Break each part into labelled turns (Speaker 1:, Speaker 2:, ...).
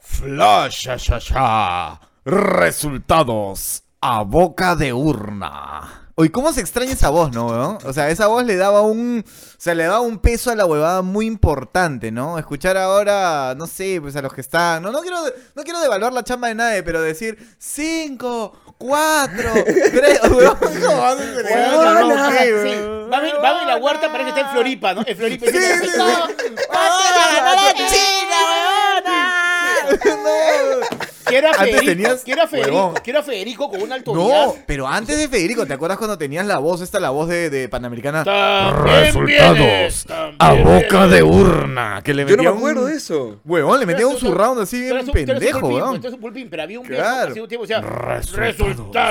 Speaker 1: Flash, sha, sha. Resultados a boca de urna. Oye, ¿cómo se extraña esa voz, no? weón? O sea, esa voz le daba un. O sea, le daba un peso a la huevada muy importante, ¿no? Escuchar ahora, no sé, pues a los que están. No, no quiero, no quiero devaluar la chamba de nadie, pero decir cinco, cuatro, tres. Huevón, ¿cómo vas a celebrar?
Speaker 2: Huevona.
Speaker 1: No, no, sí,
Speaker 2: Sí.
Speaker 1: weón.
Speaker 3: Va a venir, va a venir la huerta, parece que está en Floripa, ¿no? En Floripa.
Speaker 1: Sí, sí, Ah, sí. No.
Speaker 3: Quiero a
Speaker 1: Antes
Speaker 3: Federico,
Speaker 1: tenías-
Speaker 3: quiero a Federico,
Speaker 1: Huevón.
Speaker 3: quiero a Federico con una
Speaker 1: No,
Speaker 3: autoridad.
Speaker 1: pero antes de Federico, ¿te acuerdas cuando tenías la voz, esta la voz de, de Panamericana?
Speaker 3: También vienes,
Speaker 1: Resultados
Speaker 3: también
Speaker 1: a
Speaker 3: vienes.
Speaker 1: boca de urna. Que le
Speaker 2: Yo no me
Speaker 1: metía un-
Speaker 2: acuerdo de eso.
Speaker 1: Huevón, le metía un
Speaker 3: Resultados.
Speaker 1: surround así
Speaker 3: Tú
Speaker 1: bien
Speaker 3: eres un- tú eres un
Speaker 1: pendejo,
Speaker 3: pulpín,
Speaker 1: weón.
Speaker 3: pues, tú eres un pulpín, pero había un viejo
Speaker 1: Claro.
Speaker 3: que hacía un tiempo, o sea,
Speaker 1: Resultados.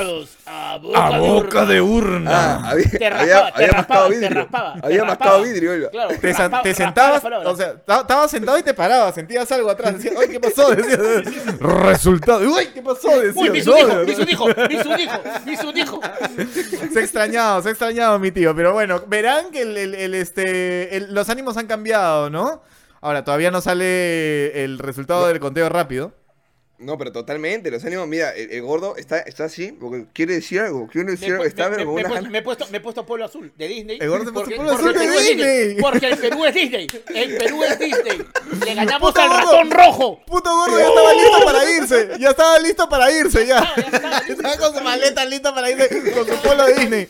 Speaker 3: resultados a boca,
Speaker 1: A
Speaker 3: de
Speaker 1: boca
Speaker 3: urna.
Speaker 1: de urna.
Speaker 2: Ah, había,
Speaker 3: Te raspaba,
Speaker 2: había,
Speaker 3: te
Speaker 2: había
Speaker 3: raspaba,
Speaker 2: mascado
Speaker 3: te
Speaker 2: vidrio.
Speaker 3: raspaba. te
Speaker 2: había
Speaker 3: raspaba.
Speaker 2: mascado vidrio. iba.
Speaker 3: Claro,
Speaker 1: Te, san-
Speaker 3: raspaba-
Speaker 1: te
Speaker 3: raspaba
Speaker 1: sentabas,
Speaker 3: las palabras.
Speaker 1: o sea, ta- estabas sentado y te parabas, sentías algo atrás, decías, "Ay, ¿qué pasó?" Decías, "Resultado." Uy, ¿qué pasó?
Speaker 3: Uy, vi
Speaker 1: Decías,
Speaker 3: su
Speaker 1: "No,
Speaker 3: hijo,
Speaker 1: no,
Speaker 3: vi
Speaker 1: no".
Speaker 3: su hijo, vi su hijo, vi su hijo.
Speaker 1: Se ha extrañado, se ha extrañado mi tío, pero bueno, verán que el, el- el, este, el- los ánimos han cambiado, ¿no? Ahora, todavía no sale el resultado del conteo rápido.
Speaker 2: No, pero totalmente, los ánimos, mira, el, el gordo está, está así, porque quiere decir algo, quiere decir algo,
Speaker 3: Me-
Speaker 2: está
Speaker 3: me-
Speaker 2: pero
Speaker 3: me- me
Speaker 2: con
Speaker 3: he
Speaker 2: una
Speaker 3: puesto-
Speaker 2: gana-
Speaker 3: Me he puesto- me he puesto Pueblo Azul de Disney.
Speaker 1: El gordo se puso
Speaker 3: porque-
Speaker 1: Pueblo
Speaker 3: porque
Speaker 1: Azul
Speaker 3: el
Speaker 1: de
Speaker 3: Perú es
Speaker 1: Disney.
Speaker 3: Porque el Perú es Disney. El Perú es Disney. Le ganamos
Speaker 1: Puta
Speaker 3: al
Speaker 1: gordo.
Speaker 3: ratón rojo.
Speaker 1: Puto gordo ya estaba listo para irse, ya estaba listo para irse, ya.
Speaker 3: ¡Oh! Ya está, ya
Speaker 1: Estaba con su maleta lista para irse con su polo Disney.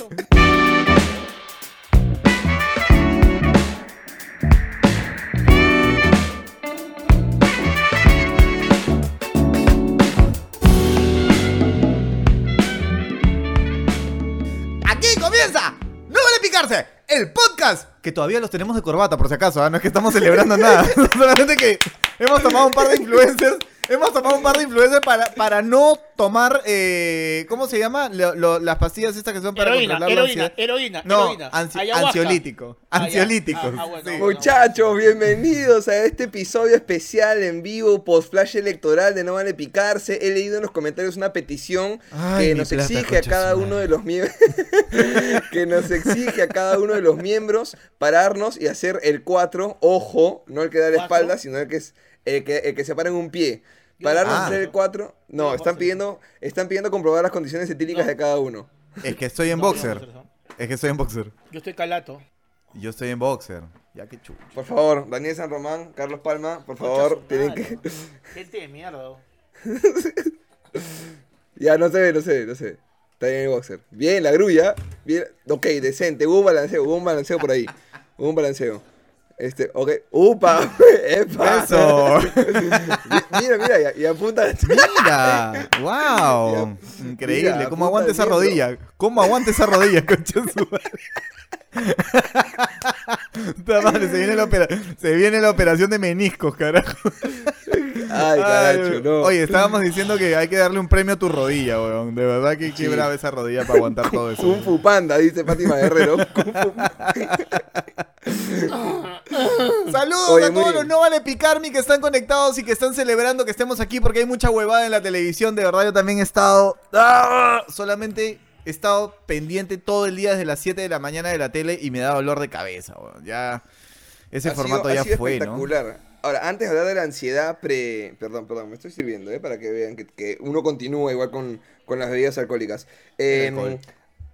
Speaker 1: Aquí comienza No Vale Picarse, el podcast que todavía los tenemos de corbata, por si acaso, ¿ah? no es que estamos celebrando nada, solamente que hemos tomado un par de influencers, hemos tomado un par de influencers para, para no tomar, eh, ¿cómo se llama? Lo- lo- las pastillas estas que son para
Speaker 3: Heroína,
Speaker 1: controlar la
Speaker 3: heroína,
Speaker 1: ansiedad.
Speaker 3: heroína,
Speaker 1: No,
Speaker 3: heroína.
Speaker 1: ansi-
Speaker 3: Ayahuasca.
Speaker 1: ansiolítico,
Speaker 3: Ah, ya.
Speaker 1: ansiolítico,
Speaker 3: Ah, ah, bueno,
Speaker 1: sí.
Speaker 3: bueno.
Speaker 2: Muchachos, bienvenidos a este episodio especial en vivo post flash electoral de No Vale Picarse. He leído en los comentarios una petición
Speaker 1: Ay,
Speaker 2: que
Speaker 1: mi
Speaker 2: nos
Speaker 1: plata,
Speaker 2: exige
Speaker 1: concha
Speaker 2: a
Speaker 1: su
Speaker 2: cada
Speaker 1: madre.
Speaker 2: uno de los miembros que nos exige a cada uno de los miembros pararnos y hacer el 4, ojo, no el que da la
Speaker 3: ¿Cuatro?
Speaker 2: espalda, sino el que es el que, el que se para en un pie.
Speaker 3: Yo
Speaker 2: Pararnos
Speaker 1: ah.
Speaker 2: a hacer el 4.
Speaker 3: Yo
Speaker 2: No,
Speaker 3: no
Speaker 2: están
Speaker 3: puedo hacer eso.
Speaker 2: pidiendo están pidiendo comprobar las condiciones etílicas
Speaker 3: No.
Speaker 2: de cada uno.
Speaker 1: Es que estoy en
Speaker 3: No,
Speaker 1: boxer,
Speaker 3: no, no, no.
Speaker 1: es que estoy en boxer,
Speaker 3: Yo estoy calato.
Speaker 1: yo estoy en boxer, ya que chulo.
Speaker 2: Por favor, Daniel San Román, Carlos Palma, por favor,
Speaker 3: Concha su
Speaker 2: tienen
Speaker 3: madre,
Speaker 2: que
Speaker 3: weón. Gente de mierda.
Speaker 2: Ya, no se ve, no se ve, no se ve. Está bien el boxer. Bien, la grulla. Bien. Ok, decente. Hubo un balanceo, hubo un balanceo por ahí. Hubo un balanceo. Este, ok. ¡Upa! ¡Epa!
Speaker 1: Eso.
Speaker 2: Mi- Mira, mira, y, a- y apunta.
Speaker 1: Mira, wow,
Speaker 2: Ya,
Speaker 1: increíble.
Speaker 2: mira,
Speaker 1: ¿Cómo
Speaker 2: puta
Speaker 1: aguanta esa
Speaker 2: miembro.
Speaker 1: rodilla? ¿Cómo aguanta esa rodilla, concha de su madre? Puta madre, se viene, la opera- se viene la operación de meniscos, carajo.
Speaker 2: Ay, caracho, no.
Speaker 1: Oye, estábamos diciendo que hay que darle un premio a tu rodilla, weón. De verdad que qué brava esa rodilla para aguantar todo eso.
Speaker 2: Kung Fu Panda, dice Fátima Guerrero. Kung Fu
Speaker 1: Saludos
Speaker 2: Oye,
Speaker 1: a
Speaker 2: muy
Speaker 1: todos los
Speaker 2: bien.
Speaker 1: No Vale Picarmi que están conectados y que están celebrando que estemos aquí porque hay mucha huevada en la televisión. De verdad, yo también he estado. ¡Ah! Solamente he estado pendiente todo el día desde las 7 de la mañana de la tele y me da dolor de cabeza, weón. Ya. Ese
Speaker 2: Ha sido-
Speaker 1: formato
Speaker 2: ha
Speaker 1: ya
Speaker 2: sido
Speaker 1: fue, ¿no?
Speaker 2: espectacular. Ahora, antes de hablar de la ansiedad pre... Perdón, perdón, me estoy sirviendo, ¿eh? Para que vean que, que uno continúa igual con, con las bebidas alcohólicas. Eh,
Speaker 1: alcohol.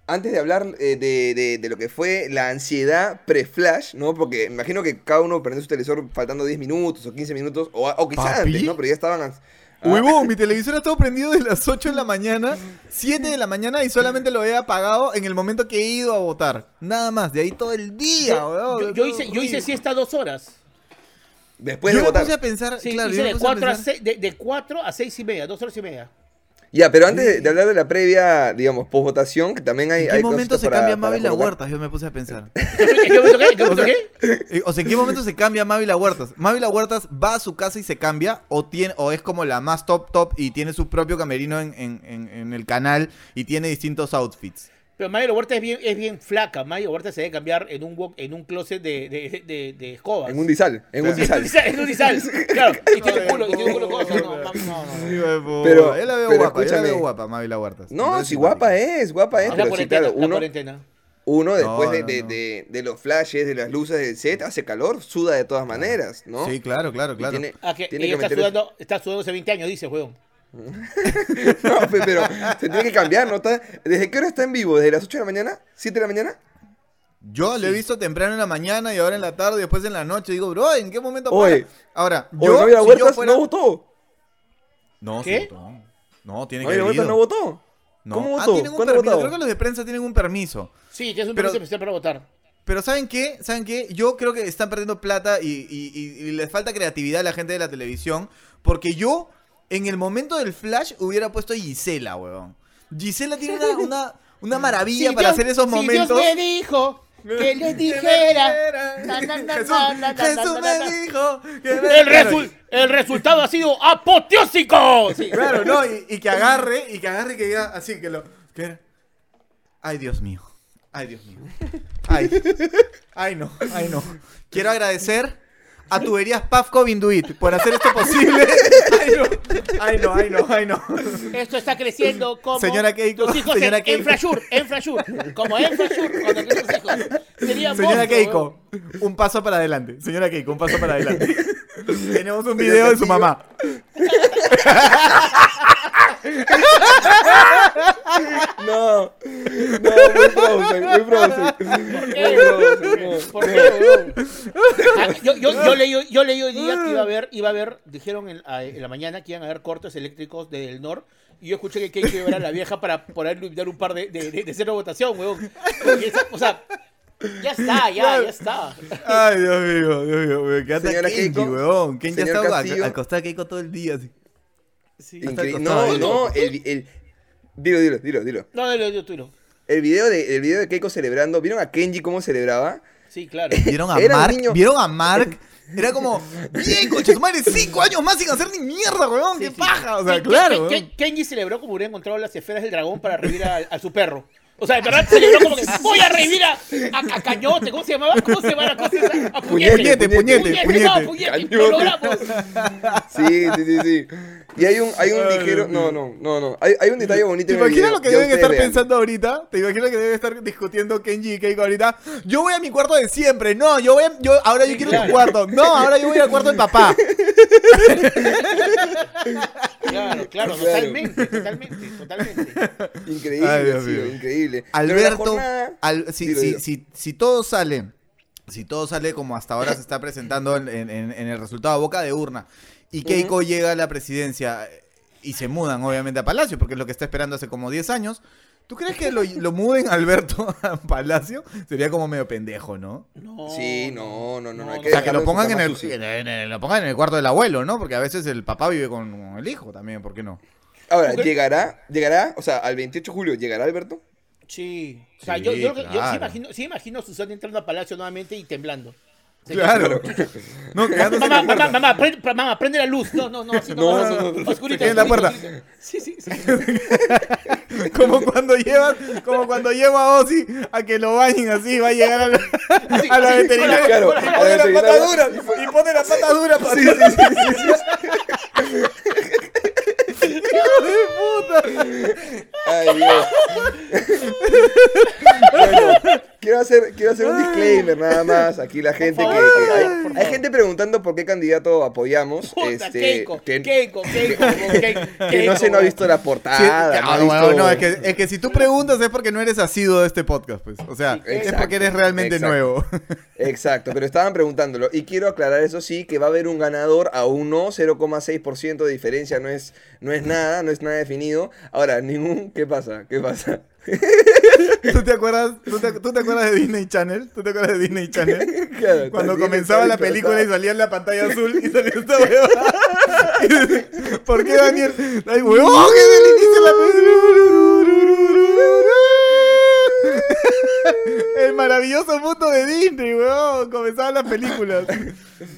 Speaker 2: antes de hablar eh, de, de- de lo que fue la ansiedad pre-flash, ¿no? Porque me imagino que cada uno prende su televisor faltando 10 minutos o 15 minutos, o, o quizás
Speaker 1: ¿Papi?
Speaker 2: antes, ¿no? Pero ya estaban... ans- Ah,
Speaker 1: Huevón, mi televisor ha estado prendido desde las 8 de la mañana, 7 de la mañana y solamente lo he apagado en el momento que he ido a votar. Nada más, de ahí todo el día,
Speaker 3: Yo,
Speaker 1: weón.
Speaker 3: yo- yo hice, yo hice siesta dos horas.
Speaker 2: después
Speaker 1: yo
Speaker 2: de
Speaker 1: me
Speaker 2: votar.
Speaker 1: puse a pensar,
Speaker 3: Sí,
Speaker 1: claro,
Speaker 3: hice
Speaker 1: yo me
Speaker 3: de
Speaker 1: puse a
Speaker 3: 4 a
Speaker 1: pensar-
Speaker 3: seis- de- de cuatro a 6 y media, dos horas y media.
Speaker 2: Ya, pero antes de, de hablar de la previa, digamos, post-votación, que también hay...
Speaker 1: ¿En qué
Speaker 2: hay
Speaker 1: momento
Speaker 2: cositas
Speaker 1: se
Speaker 2: para-
Speaker 1: cambia
Speaker 2: para
Speaker 1: Mavi la
Speaker 2: colocar.
Speaker 1: Huertas? Yo me puse a pensar.
Speaker 3: ¿Qué- qué momento qué? ¿Qué momento qué?
Speaker 1: Eh, O sea, ¿en qué momento se cambia Mavi la Huertas? ¿Mavi la Huertas va a su casa y se cambia? ¿O, tiene, o es como la más top top y tiene su propio camerino en, en- en- en el canal y tiene distintos outfits?
Speaker 3: Pero Mayo Huerta es bien, es bien flaca. Mayo Huerta se debe cambiar en un, wok- en un closet de, de, de, de escobas.
Speaker 2: En un disal, en
Speaker 3: En
Speaker 2: un
Speaker 3: un
Speaker 2: disal.
Speaker 3: disal, en un disal. Claro, y tiene un culo, y tiene un culo cosa. No, mami, no, no.
Speaker 1: Pero, yo la veo guapa, yo
Speaker 2: pero
Speaker 1: la
Speaker 2: escúchame.
Speaker 1: veo guapa, Mavi la Huertas.
Speaker 2: No, si guapa ¿eh? es, guapa es,
Speaker 3: Es Ah, la
Speaker 2: pero sí,
Speaker 3: cuarentena,
Speaker 2: claro,
Speaker 3: la
Speaker 2: uno,
Speaker 3: cuarentena.
Speaker 2: Uno, después
Speaker 1: No,
Speaker 2: de,
Speaker 1: no,
Speaker 2: de-
Speaker 1: no.
Speaker 2: de- de los flashes, de las luces del set, hace calor, suda de todas maneras, ¿no?
Speaker 1: Sí, claro, claro,
Speaker 2: Y
Speaker 1: claro.
Speaker 2: tiene-
Speaker 3: Ah, que
Speaker 2: tiene
Speaker 3: ella
Speaker 2: que
Speaker 3: está,
Speaker 2: meter-
Speaker 3: sudando, está sudando hace 20 años, dice, weón.
Speaker 2: No, pe- pero se tiene que cambiar, ¿no? Está- ¿Desde qué hora está en vivo? ¿Desde las 8 de la mañana? ¿7 de la mañana?
Speaker 1: Yo lo he visto temprano en la mañana y ahora en la tarde, después en la noche. Digo, bro, ¿en qué momento
Speaker 2: Oye.
Speaker 1: para? Ahora,
Speaker 2: Oye,
Speaker 1: yo,
Speaker 2: ¿no había
Speaker 1: si
Speaker 2: huertas?
Speaker 1: yo fuera-
Speaker 2: ¿No votó?
Speaker 1: No,
Speaker 3: ¿Qué?
Speaker 1: sí, no. No, tiene
Speaker 2: ¿No
Speaker 1: que
Speaker 2: había
Speaker 1: haber ido.
Speaker 2: huertas? ¿No votó?
Speaker 1: No.
Speaker 2: ¿Cómo
Speaker 1: Ah,
Speaker 2: votó?
Speaker 1: tienen un
Speaker 2: ¿Cuánto ha
Speaker 1: permiso.
Speaker 2: votado?
Speaker 1: Creo que los de prensa tienen un permiso.
Speaker 3: Sí, que es un
Speaker 1: Pero-
Speaker 3: permiso especial para votar.
Speaker 1: Pero ¿saben qué? ¿Saben qué? Yo creo que están perdiendo plata y, y- y- y les falta creatividad a la gente de la televisión. Porque yo, en el momento del flash, hubiera puesto a Gisela, weón. Gisela tiene una, una, una maravilla
Speaker 3: Si
Speaker 1: para
Speaker 3: Dios-
Speaker 1: hacer esos momentos.
Speaker 3: Si Dios me dijo que les dijera. na, na, na,
Speaker 1: Jesús,
Speaker 3: na, na, na,
Speaker 1: Jesús
Speaker 3: na, na, na.
Speaker 1: me dijo que me-
Speaker 3: El, resul- el resultado ha sido apoteósico. Sí.
Speaker 1: Claro, no, y, y que agarre, y que agarre y que diga así, que lo. que- Ay, Dios mío. Ay, Dios mío. Ay. Ay, no, ay, no. Quiero agradecer a Tuberías Pafco Binduit por hacer esto posible. Ay, no, ay, no, ay, no. Ay, no.
Speaker 3: Esto está creciendo como
Speaker 1: Señora Keiko,
Speaker 3: tus hijos
Speaker 1: señora
Speaker 3: en,
Speaker 1: Keiko.
Speaker 3: en Frashur, en Frashur, como en Frashur cuando crecen tus hijos. Sería
Speaker 1: Señora
Speaker 3: monstruo,
Speaker 1: Keiko, un paso para adelante. Señora Keiko, un paso para adelante. Tenemos un video de su mamá.
Speaker 2: No, no, muy Frozen, muy Frozen. Muy Frozen,
Speaker 3: ¿Por qué, weón? Ah, yo, yo, yo leí, yo leí hoy día que iba a haber, iba a haber dijeron en, a- en la mañana que iban a haber cortes eléctricos del NOR. Y yo escuché que Keiko iba a ver a la vieja para poder dar un par de, de, de- de cero votación, weón. Porque esa- o sea, ya está, ya, ya está.
Speaker 1: Ay, Dios mío, Dios mío. Me encanta
Speaker 2: Señora
Speaker 1: Kenji,
Speaker 2: Keiko,
Speaker 1: weón. Kenji ha
Speaker 2: señor
Speaker 1: estado al,
Speaker 2: Castillo.
Speaker 1: al costado de Keiko todo el día. así.
Speaker 2: no.
Speaker 1: Hasta el
Speaker 2: Increíble.
Speaker 1: costado.
Speaker 2: No, no, el, el... Dilo, dilo, dilo, dilo.
Speaker 3: No, no, no, no, tú no.
Speaker 2: El video, de, el video de Keiko celebrando, ¿vieron a Kenji cómo celebraba?
Speaker 3: Sí, claro.
Speaker 1: ¿Vieron a
Speaker 2: Era un
Speaker 1: Mark?
Speaker 2: niño-
Speaker 1: ¿Vieron a Mark? Era como, bien, coche, tu madre, cinco años más sin hacer ni mierda, weón, qué
Speaker 3: Sí, sí.
Speaker 1: paja. O sea,
Speaker 3: Ken-
Speaker 1: claro.
Speaker 3: Ken-
Speaker 1: weón.
Speaker 3: Ken- Kenji celebró como hubiera encontrado las esferas del dragón para revivir a, a su perro. O sea, de verdad celebró como que voy a revivir a, a- a Cañote. ¿Cómo se llamaba? ¿Cómo se llamaba la cosa? esa? A
Speaker 1: Puñete, puñete,
Speaker 3: no,
Speaker 1: puñete.
Speaker 3: puñete.
Speaker 2: Cañote.
Speaker 3: lo logramos.
Speaker 2: Sí, sí, sí, sí. Y hay un, hay un
Speaker 1: Ay,
Speaker 2: ligero.
Speaker 1: Dios
Speaker 2: No, no, no, no. Hay, hay un detalle bonito.
Speaker 1: ¿Te
Speaker 2: en el
Speaker 1: imaginas
Speaker 2: video,
Speaker 1: lo que
Speaker 2: ya
Speaker 1: deben
Speaker 2: ustedes
Speaker 1: estar
Speaker 2: vean.
Speaker 1: pensando ahorita? ¿Te imaginas lo que deben estar discutiendo Kenji y Keiko ahorita? Yo voy a mi cuarto de siempre. No, yo voy a- yo, ahora yo
Speaker 3: Sí,
Speaker 1: quiero
Speaker 3: claro.
Speaker 1: tu cuarto. No, ahora yo voy al cuarto de papá.
Speaker 3: Claro, claro,
Speaker 2: Claro.
Speaker 3: totalmente, totalmente, totalmente.
Speaker 2: Increíble,
Speaker 1: Ay, Dios
Speaker 2: sí,
Speaker 1: mío.
Speaker 2: increíble. Pero en la
Speaker 1: Alberto,
Speaker 2: jornada-
Speaker 1: al- si,
Speaker 2: Dilo,
Speaker 1: si-
Speaker 2: dilo.
Speaker 1: si- si todo sale, si todo sale como hasta ahora se está presentando en, en- en- en el resultado a boca de urna, y Keiko llega a la presidencia eh, y se mudan obviamente a Palacio, porque es lo que está esperando hace como 10 años, ¿tú crees que lo, lo muden Alberto a Palacio? Sería como medio pendejo, ¿no?
Speaker 3: No,
Speaker 2: Sí, no, no, no, no. hay
Speaker 3: No,
Speaker 1: O sea, que
Speaker 2: dejarlo
Speaker 1: lo
Speaker 2: en su
Speaker 1: pongan en
Speaker 2: cama
Speaker 1: el,
Speaker 2: sucio.
Speaker 1: en el- en el- lo pongan en el cuarto del abuelo, ¿no? Porque a veces el papá vive con el hijo también, ¿por qué no?
Speaker 2: Ahora,
Speaker 3: Ok.
Speaker 2: llegará, llegará, o sea, al 28 de julio, ¿llegará Alberto?
Speaker 3: Sí. O sea,
Speaker 1: Sí,
Speaker 3: yo, yo, creo que- yo
Speaker 1: claro.
Speaker 3: sí imagino, sí imagino a Susana entrando a Palacio nuevamente y temblando. Sí,
Speaker 1: Claro. No, quedándose en la
Speaker 3: Mamá,
Speaker 1: puerta.
Speaker 3: mamá, mamá, prende, pre- mamá, prende la luz. No, no, no, así no.
Speaker 2: No,
Speaker 3: no,
Speaker 2: no, no, no, no,
Speaker 3: oscurito,
Speaker 1: se queda en la
Speaker 3: oscurito,
Speaker 1: puerta.
Speaker 3: oscurito. Sí, sí, sí.
Speaker 1: Como cuando llevan, como cuando lleva a Ozzy a que lo bañen así, va a llegar a la, a la
Speaker 3: sí,
Speaker 1: veterinaria.
Speaker 2: claro,
Speaker 1: y
Speaker 2: a la
Speaker 1: pone la pata
Speaker 2: veterinaria.
Speaker 1: dura, y pone la pata dura para
Speaker 2: Sí, sí, sí, sí, sí.
Speaker 1: hijo de puta.
Speaker 2: Ay, Dios. Bueno, quiero hacer, quiero hacer un disclaimer nada más. Aquí la gente que,
Speaker 3: favor,
Speaker 2: que
Speaker 3: por favor,
Speaker 2: hay,
Speaker 3: por
Speaker 2: hay
Speaker 3: favor.
Speaker 2: gente preguntando por qué candidato apoyamos.
Speaker 3: Puta,
Speaker 2: este,
Speaker 3: Keiko,
Speaker 2: que,
Speaker 3: Keiko, Keiko, Keiko,
Speaker 2: que no se no ha visto la portada. no, ha
Speaker 1: Ah, no,
Speaker 2: visto-
Speaker 1: no, es que, es que si tú preguntas es porque no eres asiduo de este podcast, pues. O sea, es
Speaker 2: Exacto,
Speaker 1: porque eres realmente
Speaker 2: exacto.
Speaker 1: nuevo.
Speaker 2: Exacto, pero estaban preguntándolo. Y quiero aclarar eso sí, que va a haber un ganador a uno, 0,6% de diferencia, no es, no es nada, no es nada definido. Ahora, ningún, ¿qué pasa? ¿Qué pasa?
Speaker 1: ¿Tú te acuerdas, tú te, tú te acuerdas de Disney Channel? ¿Tú te acuerdas de Disney Channel?
Speaker 2: Claro,
Speaker 1: Cuando
Speaker 2: también
Speaker 1: comenzaba la
Speaker 2: está
Speaker 1: película y
Speaker 2: disfrazado.
Speaker 1: salía en la pantalla azul y salía esta huevada. ¿Por qué Daniel? ¡Ay, huevón! ¡Que es el inicio de la El maravilloso mundo de Disney, huevón. Comenzaban las películas.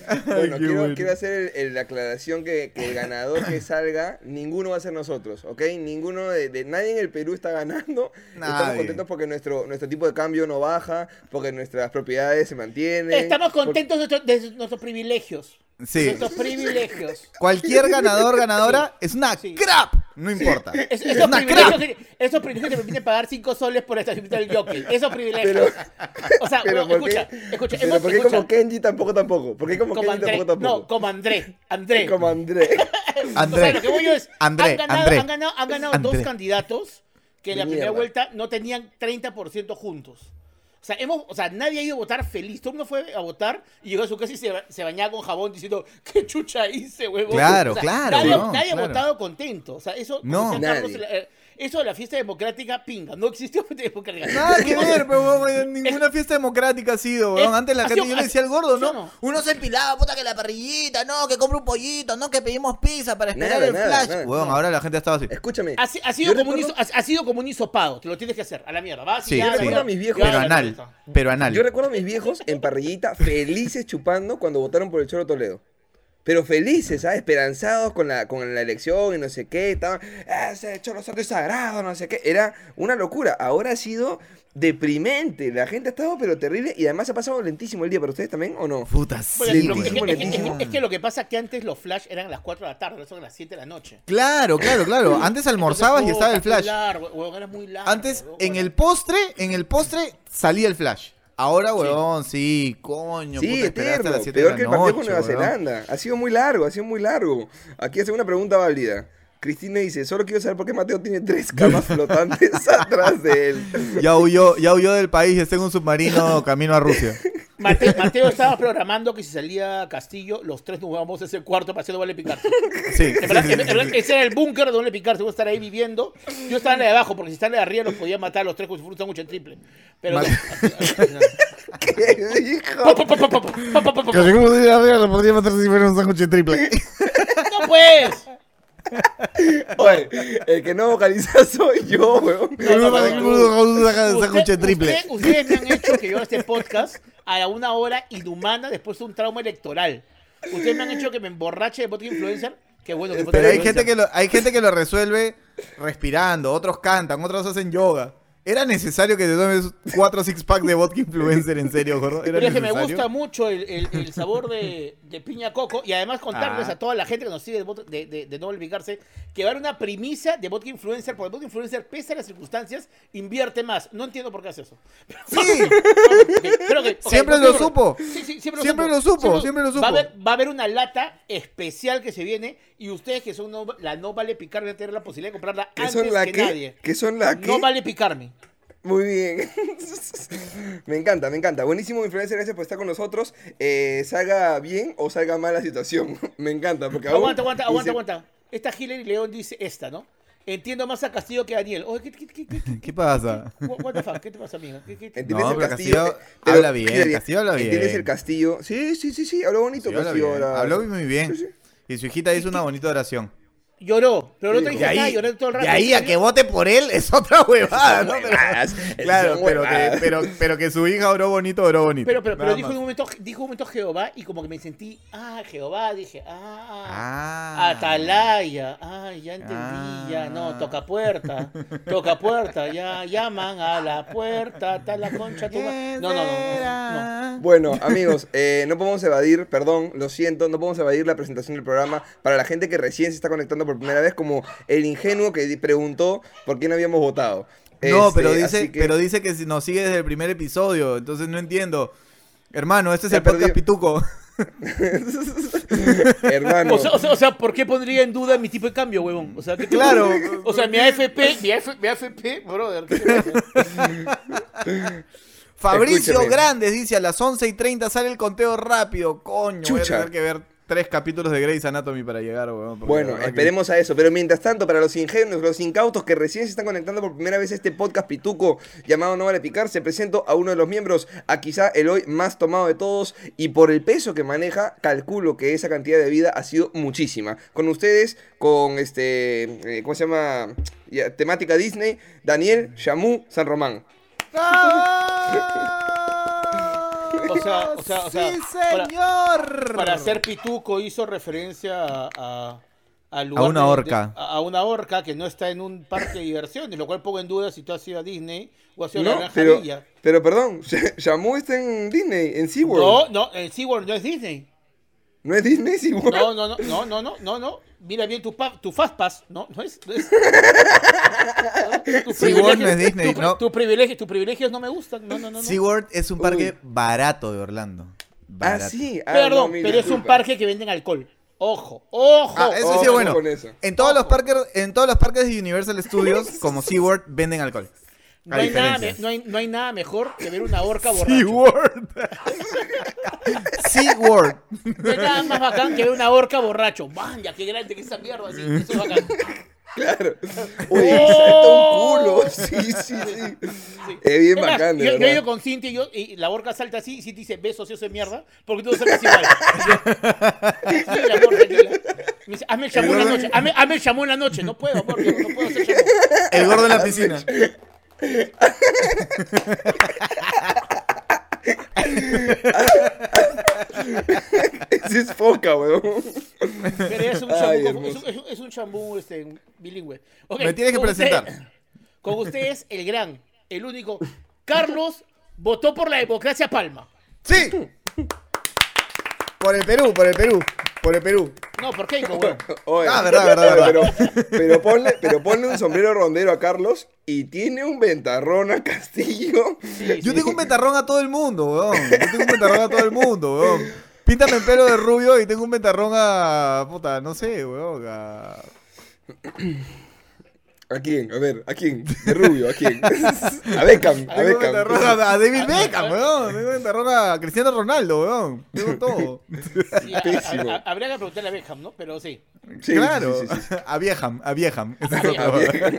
Speaker 1: Ay,
Speaker 2: Bueno,
Speaker 1: qué
Speaker 2: quiero,
Speaker 1: bueno.
Speaker 2: quiero hacer el- el- la aclaración que, que el ganador que salga, ninguno va a ser nosotros, ¿ok? Ninguno de, de- nadie en el Perú está ganando. Estamos
Speaker 1: Nadie.
Speaker 2: contentos porque nuestro, nuestro tipo de cambio no baja, porque nuestras propiedades se mantienen.
Speaker 3: Estamos contentos de, nuestro- de nuestros privilegios.
Speaker 1: Sí.
Speaker 3: Nuestros privilegios.
Speaker 1: Cualquier ganador, ganadora, es una
Speaker 3: Sí.
Speaker 1: crap. No importa.
Speaker 3: Es-
Speaker 1: Es
Speaker 3: esos,
Speaker 1: una
Speaker 3: privilegios
Speaker 1: crack.
Speaker 3: que, esos privilegios que te permiten pagar 5 soles por esta del jockey. Esos privilegios. o sea,
Speaker 2: Pero
Speaker 3: bueno,
Speaker 2: ¿por qué?
Speaker 3: escucha, escucha,
Speaker 2: Pero
Speaker 3: hemos-
Speaker 2: ¿por qué
Speaker 3: escucha,
Speaker 2: como Kenji tampoco tampoco? ¿Por qué como,
Speaker 3: como
Speaker 2: Kenji
Speaker 3: André.
Speaker 2: tampoco tampoco?
Speaker 3: No, como André. André.
Speaker 2: Como André.
Speaker 3: O sea,
Speaker 1: André.
Speaker 3: lo que voy yo es,
Speaker 1: André,
Speaker 3: han ganado,
Speaker 1: André,
Speaker 3: han ganado, han ganado dos
Speaker 1: André.
Speaker 3: candidatos que en la
Speaker 2: De
Speaker 3: primera
Speaker 2: mierda.
Speaker 3: vuelta no tenían 30% juntos. O sea, hemos, o sea, nadie ha ido a votar feliz. Todo el mundo fue a votar y llegó a su casa y se, ba- se bañaba con jabón diciendo, ¿qué chucha hice, huevón?
Speaker 1: Claro,
Speaker 3: O sea,
Speaker 1: claro,
Speaker 3: Nadie,
Speaker 1: no,
Speaker 3: nadie ha
Speaker 1: claro.
Speaker 3: votado contento. O sea, eso, como
Speaker 1: No.
Speaker 3: decía Carlos,
Speaker 2: Nadie.
Speaker 3: la- eh, eso de la fiesta democrática pinga. No existió fiesta democrática.
Speaker 1: Nada que ver, pero ninguna fiesta democrática ha sido, weón.
Speaker 3: es-
Speaker 1: Antes la
Speaker 3: ha
Speaker 1: gente,
Speaker 3: sido-
Speaker 1: yo le decía
Speaker 3: ha-
Speaker 1: al gordo,
Speaker 3: ¿sí
Speaker 1: ¿no?
Speaker 3: o no?
Speaker 1: Uno se empilaba, puta, que la parrillita, no, que compra un pollito, no, que pedimos pizza para esperar
Speaker 2: Nada,
Speaker 1: el
Speaker 2: nada,
Speaker 1: flash.
Speaker 2: nada.
Speaker 1: Weón, ahora la gente ha estado así.
Speaker 2: Escúchame.
Speaker 3: Ha, si- ha sido
Speaker 2: Yo
Speaker 3: como un
Speaker 2: recuerdo-
Speaker 3: hiso- ha- ha sido como un hisopado, te lo tienes que hacer, a la mierda. Vas y
Speaker 1: Sí,
Speaker 3: ya,
Speaker 1: sí.
Speaker 2: recuerdo a mis viejos.
Speaker 1: Pero
Speaker 3: Ya, la
Speaker 1: anal,
Speaker 3: fiesta.
Speaker 1: pero anal.
Speaker 2: Yo recuerdo a mis viejos en parrillita felices chupando cuando votaron por el Cholo Toledo. Pero felices, ¿sabes? Esperanzados con la, con la elección y no sé qué. Estaban, "Ah, ese Cholo Santo es sagrado, no sé qué. Era una locura. Ahora ha sido deprimente. La gente ha estado pero terrible y además ha pasado lentísimo el día. ¿Pero ustedes también o no?
Speaker 1: Puta,
Speaker 3: Bueno,
Speaker 1: sí,
Speaker 3: pero es,
Speaker 1: weón.
Speaker 3: que, es que- es que-
Speaker 2: Buenísimo.
Speaker 3: es que lo que pasa es que antes los flash eran a las 4 de la tarde, ahora son a las 7 de la noche.
Speaker 1: Claro, claro, claro. Antes almorzabas y estaba
Speaker 3: Entonces,
Speaker 1: el
Speaker 3: puta,
Speaker 1: flash.
Speaker 3: muy largo, huevón, era muy largo,
Speaker 1: Antes,
Speaker 3: huevón.
Speaker 1: en el postre, en el postre salía el flash. Ahora, weón, sí, coño,
Speaker 2: Sí,
Speaker 1: puta, esperar hasta
Speaker 2: eterno.
Speaker 1: las 7 de
Speaker 2: Peor
Speaker 1: la
Speaker 2: que el partido con
Speaker 1: noche,
Speaker 2: Nueva
Speaker 1: weón.
Speaker 2: Zelanda. Ha sido muy largo, ha sido muy largo. Aquí hace una pregunta válida. Cristina dice, solo quiero saber por qué Mateo tiene tres camas flotantes atrás de él.
Speaker 1: Ya huyó, ya huyó del país, está en un submarino camino a Rusia.
Speaker 3: Mate- Mateo, estaba programando que si salía Castillo, los tres nos vamos a ese cuarto para hacer doble picarse.
Speaker 1: Sí,
Speaker 3: En verdad,
Speaker 1: sí,
Speaker 3: en
Speaker 1: sí, sí,
Speaker 3: verdad,
Speaker 1: sí.
Speaker 3: ese era el búnker de doble picarse, voy a estar ahí viviendo. Yo estaba en la de abajo, porque si están en la de arriba los podía matar a los tres con un sándwich en triple. Pero.
Speaker 1: Mate-
Speaker 2: ¿Qué dijo?
Speaker 3: Pa, pa, pa, pa, pa, pa, pa, pa, pa.
Speaker 1: Que como diría arriba, lo podría matar si fuera un sándwich triple.
Speaker 3: No, pues.
Speaker 2: Oye, el que no vocaliza soy yo, weón.
Speaker 3: No, no, no, no.
Speaker 1: sándwich
Speaker 3: Usted-
Speaker 1: triple.
Speaker 3: usted- ustedes me han hecho que yo haga este podcast a una hora inhumana después de un trauma electoral. Ustedes me han hecho que me emborrache de vodka influencer. Qué bueno que vodka
Speaker 1: Pero hay
Speaker 3: influencer.
Speaker 1: gente, que lo, hay gente que lo resuelve respirando, otros cantan, otros hacen yoga. ¿Era necesario que te tomes cuatro six pack de vodka influencer en serio, gordo? ¿Era
Speaker 3: Pero es que me
Speaker 1: necesario?
Speaker 3: gusta mucho el, el- el sabor de, de piña coco y además contarles
Speaker 1: Ah.
Speaker 3: a toda la gente que nos sigue de, vot- de, de, de no olvidarse que va a haber una primicia de vodka influencer porque el vodka influencer pese a las circunstancias invierte más. No entiendo por qué hace eso.
Speaker 1: Sí,
Speaker 3: Creo que- ok,
Speaker 1: Siempre
Speaker 3: no,
Speaker 1: lo
Speaker 3: creo-
Speaker 1: supo.
Speaker 3: Sí, sí, siempre,
Speaker 1: Siempre lo supo, siempre lo
Speaker 3: Va a,
Speaker 1: supo.
Speaker 3: haber, va a haber una lata especial que se viene y ustedes que son no- la no vale picar van a tener la posibilidad de comprarla
Speaker 2: ¿Qué
Speaker 3: antes
Speaker 2: son la
Speaker 3: que
Speaker 2: que?
Speaker 3: nadie.
Speaker 2: ¿Qué son la que?
Speaker 3: No vale picarme.
Speaker 2: Muy bien. me encanta, me encanta. Buenísimo, influencer, gracias por estar con nosotros. Eh, salga bien o salga mal la situación. me encanta, porque aún-
Speaker 3: Aguanta, aguanta, aguanta,
Speaker 2: dice-
Speaker 3: aguanta. Esta Hillary León dice esta, ¿no? Entiendo más a Castillo que a Daniel. Oye, ¿qué, qué, qué, qué, qué-
Speaker 1: ¿Qué pasa?
Speaker 3: what- what the fuck? ¿Qué te pasa, amiga? ¿Qué- qué- qué-
Speaker 2: ¿Entiendes
Speaker 1: No,
Speaker 2: el
Speaker 1: pero
Speaker 2: castillo?
Speaker 1: Castillo
Speaker 2: Eh, pero,
Speaker 1: habla bien,
Speaker 2: Hillary,
Speaker 1: Castillo habla
Speaker 2: ¿Entiendes
Speaker 1: bien.
Speaker 2: el castillo? Sí, sí, sí, sí, habló bonito
Speaker 1: Sí, habla
Speaker 2: castillo
Speaker 1: bien,
Speaker 2: ahora.
Speaker 1: Habló muy bien. Y su hijita hizo una bonita oración.
Speaker 3: Lloró, pero el otro
Speaker 2: Y
Speaker 3: dijo, "Ah, lloré todo el rato.
Speaker 1: y ahí a que vote por él es otra huevada, ¿no? Pero-
Speaker 2: Huevadas,
Speaker 1: claro,
Speaker 2: son
Speaker 1: pero que,
Speaker 2: huevadas.
Speaker 1: pero, pero que su hija oró bonito, oró bonito.
Speaker 3: Pero, pero, pero
Speaker 1: Nada
Speaker 3: dijo,
Speaker 1: más.
Speaker 3: en un momento, dijo un momento Jehová y como que me sentí, ah, Jehová, dije, ah,
Speaker 1: Ah.
Speaker 3: Atalaya, ay, ya entendí, ya,
Speaker 1: Ah.
Speaker 3: no, toca puerta, toca puerta, ya, llaman a la puerta, está la concha, tu ma-
Speaker 1: ¿Quién
Speaker 3: no, no, no, no,
Speaker 1: será?
Speaker 2: Bueno, amigos, eh, no podemos evadir, perdón, lo siento, no podemos evadir la presentación del programa para la gente que recién se está conectando por primera vez, como el ingenuo que di- preguntó por quién habíamos votado.
Speaker 1: No,
Speaker 2: Este,
Speaker 1: pero
Speaker 2: así
Speaker 1: dice,
Speaker 2: que-
Speaker 1: pero dice que si nos sigue desde el primer episodio, entonces no entiendo. Hermano, este es
Speaker 2: Ya
Speaker 1: el podcast
Speaker 2: perdí.
Speaker 1: Pituco.
Speaker 2: Hermano,
Speaker 3: O sea, o sea, o sea, ¿por qué pondría en duda mi tipo de cambio, huevón? O sea, ¿qué-
Speaker 1: Claro.
Speaker 3: O sea, mi AFP, mi AFP, mi AFP, brother. ¿qué te pasa?
Speaker 1: Fabricio
Speaker 2: Escúchame.
Speaker 1: Grandes dice a las 11 y 30 sale el conteo rápido. Coño,
Speaker 2: Chucha.
Speaker 1: voy a tener que ver tres capítulos de Grey's Anatomy para llegar, weón. porque la
Speaker 2: bueno,
Speaker 1: verdad que-
Speaker 2: esperemos a eso, pero mientras tanto, para los ingenuos, los incautos que recién se están conectando por primera vez a este podcast pituco llamado No Vale Picar, se presento a uno de los miembros, a quizá el hoy más tomado de todos, y por el peso que maneja, calculo que esa cantidad de vida ha sido muchísima. Con ustedes, con este, eh, ¿cómo se llama? Ya, temática Disney, Daniel Shamu San Román.
Speaker 1: ¡Ah!
Speaker 3: O sea, o sea, o sea,
Speaker 1: ¡Sí,
Speaker 3: para-
Speaker 1: señor!
Speaker 3: Para ser pituco hizo referencia a... a- al
Speaker 1: A una
Speaker 3: de- de-
Speaker 1: orca.
Speaker 3: a, a una orca que no está en un parque de diversiones, lo cual pongo en duda si tú has ido a Disney o has ido a la
Speaker 2: No,
Speaker 3: Granja
Speaker 2: pero,
Speaker 3: Villa.
Speaker 2: pero perdón, Shamu está en Disney, en SeaWorld.
Speaker 3: eh, No, no, el SeaWorld no es Disney.
Speaker 2: No es Disney, sí, güey.
Speaker 3: No, no, no, no, no, no, no, no. Mira bien tu, pa- tu Fastpass, ¿no? No es. No es... Tus
Speaker 1: Sí, bueno, no es
Speaker 3: privilegios-
Speaker 1: Disney,
Speaker 3: tu-
Speaker 1: no.
Speaker 3: Tus privilegios, tus privilegios no me gustan. No, no, no. no.
Speaker 1: SeaWorld es un parque barato de Orlando.
Speaker 2: Ah,
Speaker 1: Barato.
Speaker 2: sí. Ah,
Speaker 3: Perdón,
Speaker 2: no, mira,
Speaker 3: pero es un
Speaker 2: disculpa.
Speaker 3: parque que venden alcohol. Ojo, ojo.
Speaker 1: Ah, eso sí
Speaker 2: Ojo
Speaker 1: es bueno.
Speaker 2: con eso.
Speaker 1: En todos los parques, en todos los parques de Universal Studios, como SeaWorld, venden alcohol.
Speaker 3: no, hay nada me-
Speaker 1: diferencia.
Speaker 3: no hay- no hay nada mejor que ver una orca borracha.
Speaker 1: SeaWorld. SeaWorld.
Speaker 3: No hay nada más bacán que ver una orca borracho. Vaya, qué grande que esa mierda. Sí, eso es bacán.
Speaker 2: Claro. Uy,
Speaker 3: ¡Oh!
Speaker 2: salta un culo. Sí, sí, sí.
Speaker 3: Sí.
Speaker 2: Es bien
Speaker 3: más,
Speaker 2: bacán, de
Speaker 3: yo, yo he
Speaker 2: verdad.
Speaker 3: ido con Cinti y, yo- y la orca salta así y Cinti dice, beso ocioso de mierda, porque tú no sacas igual. Sí, amor, tranquila. Me dice, hazme el chamú en la noche, hazme, hazme el chamú en la noche. No puedo, amor, yo no puedo hacer chamú.
Speaker 1: El gordo en la piscina.
Speaker 2: Ese es foca, weón.
Speaker 3: Pero es un
Speaker 2: Ay,
Speaker 3: chambú, como- es, un,
Speaker 2: hermoso.
Speaker 3: es un- es un chambú, este, bilingüe. Ok,
Speaker 1: Me tienes que
Speaker 3: con usted-
Speaker 1: presentar.
Speaker 3: con ustedes, el gran, el único, Carlos votó por la democracia Palma.
Speaker 1: Sí. Por el Perú, por el Perú, por el Perú.
Speaker 3: No, ¿por qué? hijo, weón?
Speaker 2: Oye,
Speaker 1: Ah, verdad, verdad,
Speaker 2: oye,
Speaker 1: verdad.
Speaker 2: Pero, pero ponle, pero ponle un sombrero rondero a Carlos y tiene un ventarrón a Castillo.
Speaker 3: Sí,
Speaker 1: Yo
Speaker 3: sí.
Speaker 1: tengo un ventarrón a todo el mundo, weón. Yo tengo un ventarrón a todo el mundo, weón. Píntame el pelo de rubio y tengo un ventarrón a. puta, no sé, weón. a-
Speaker 2: ¿A quién? A ver, ¿a quién? De rubio, ¿a quién? A Beckham, Ah. a
Speaker 1: Tengo un ventarrón
Speaker 2: Beckham.
Speaker 1: a, a David Beckham, weón. Tengo un ventarrón a Cristiano Ronaldo, weón. Tengo todo.
Speaker 3: Sí, a- a-
Speaker 2: Pésimo.
Speaker 3: a- habría que preguntarle a Beckham, ¿no? Pero sí.
Speaker 2: Sí,
Speaker 1: claro.
Speaker 2: sí, sí, sí.
Speaker 1: A Viejam, a Viejam. Ese es
Speaker 3: Viejam.
Speaker 1: otro.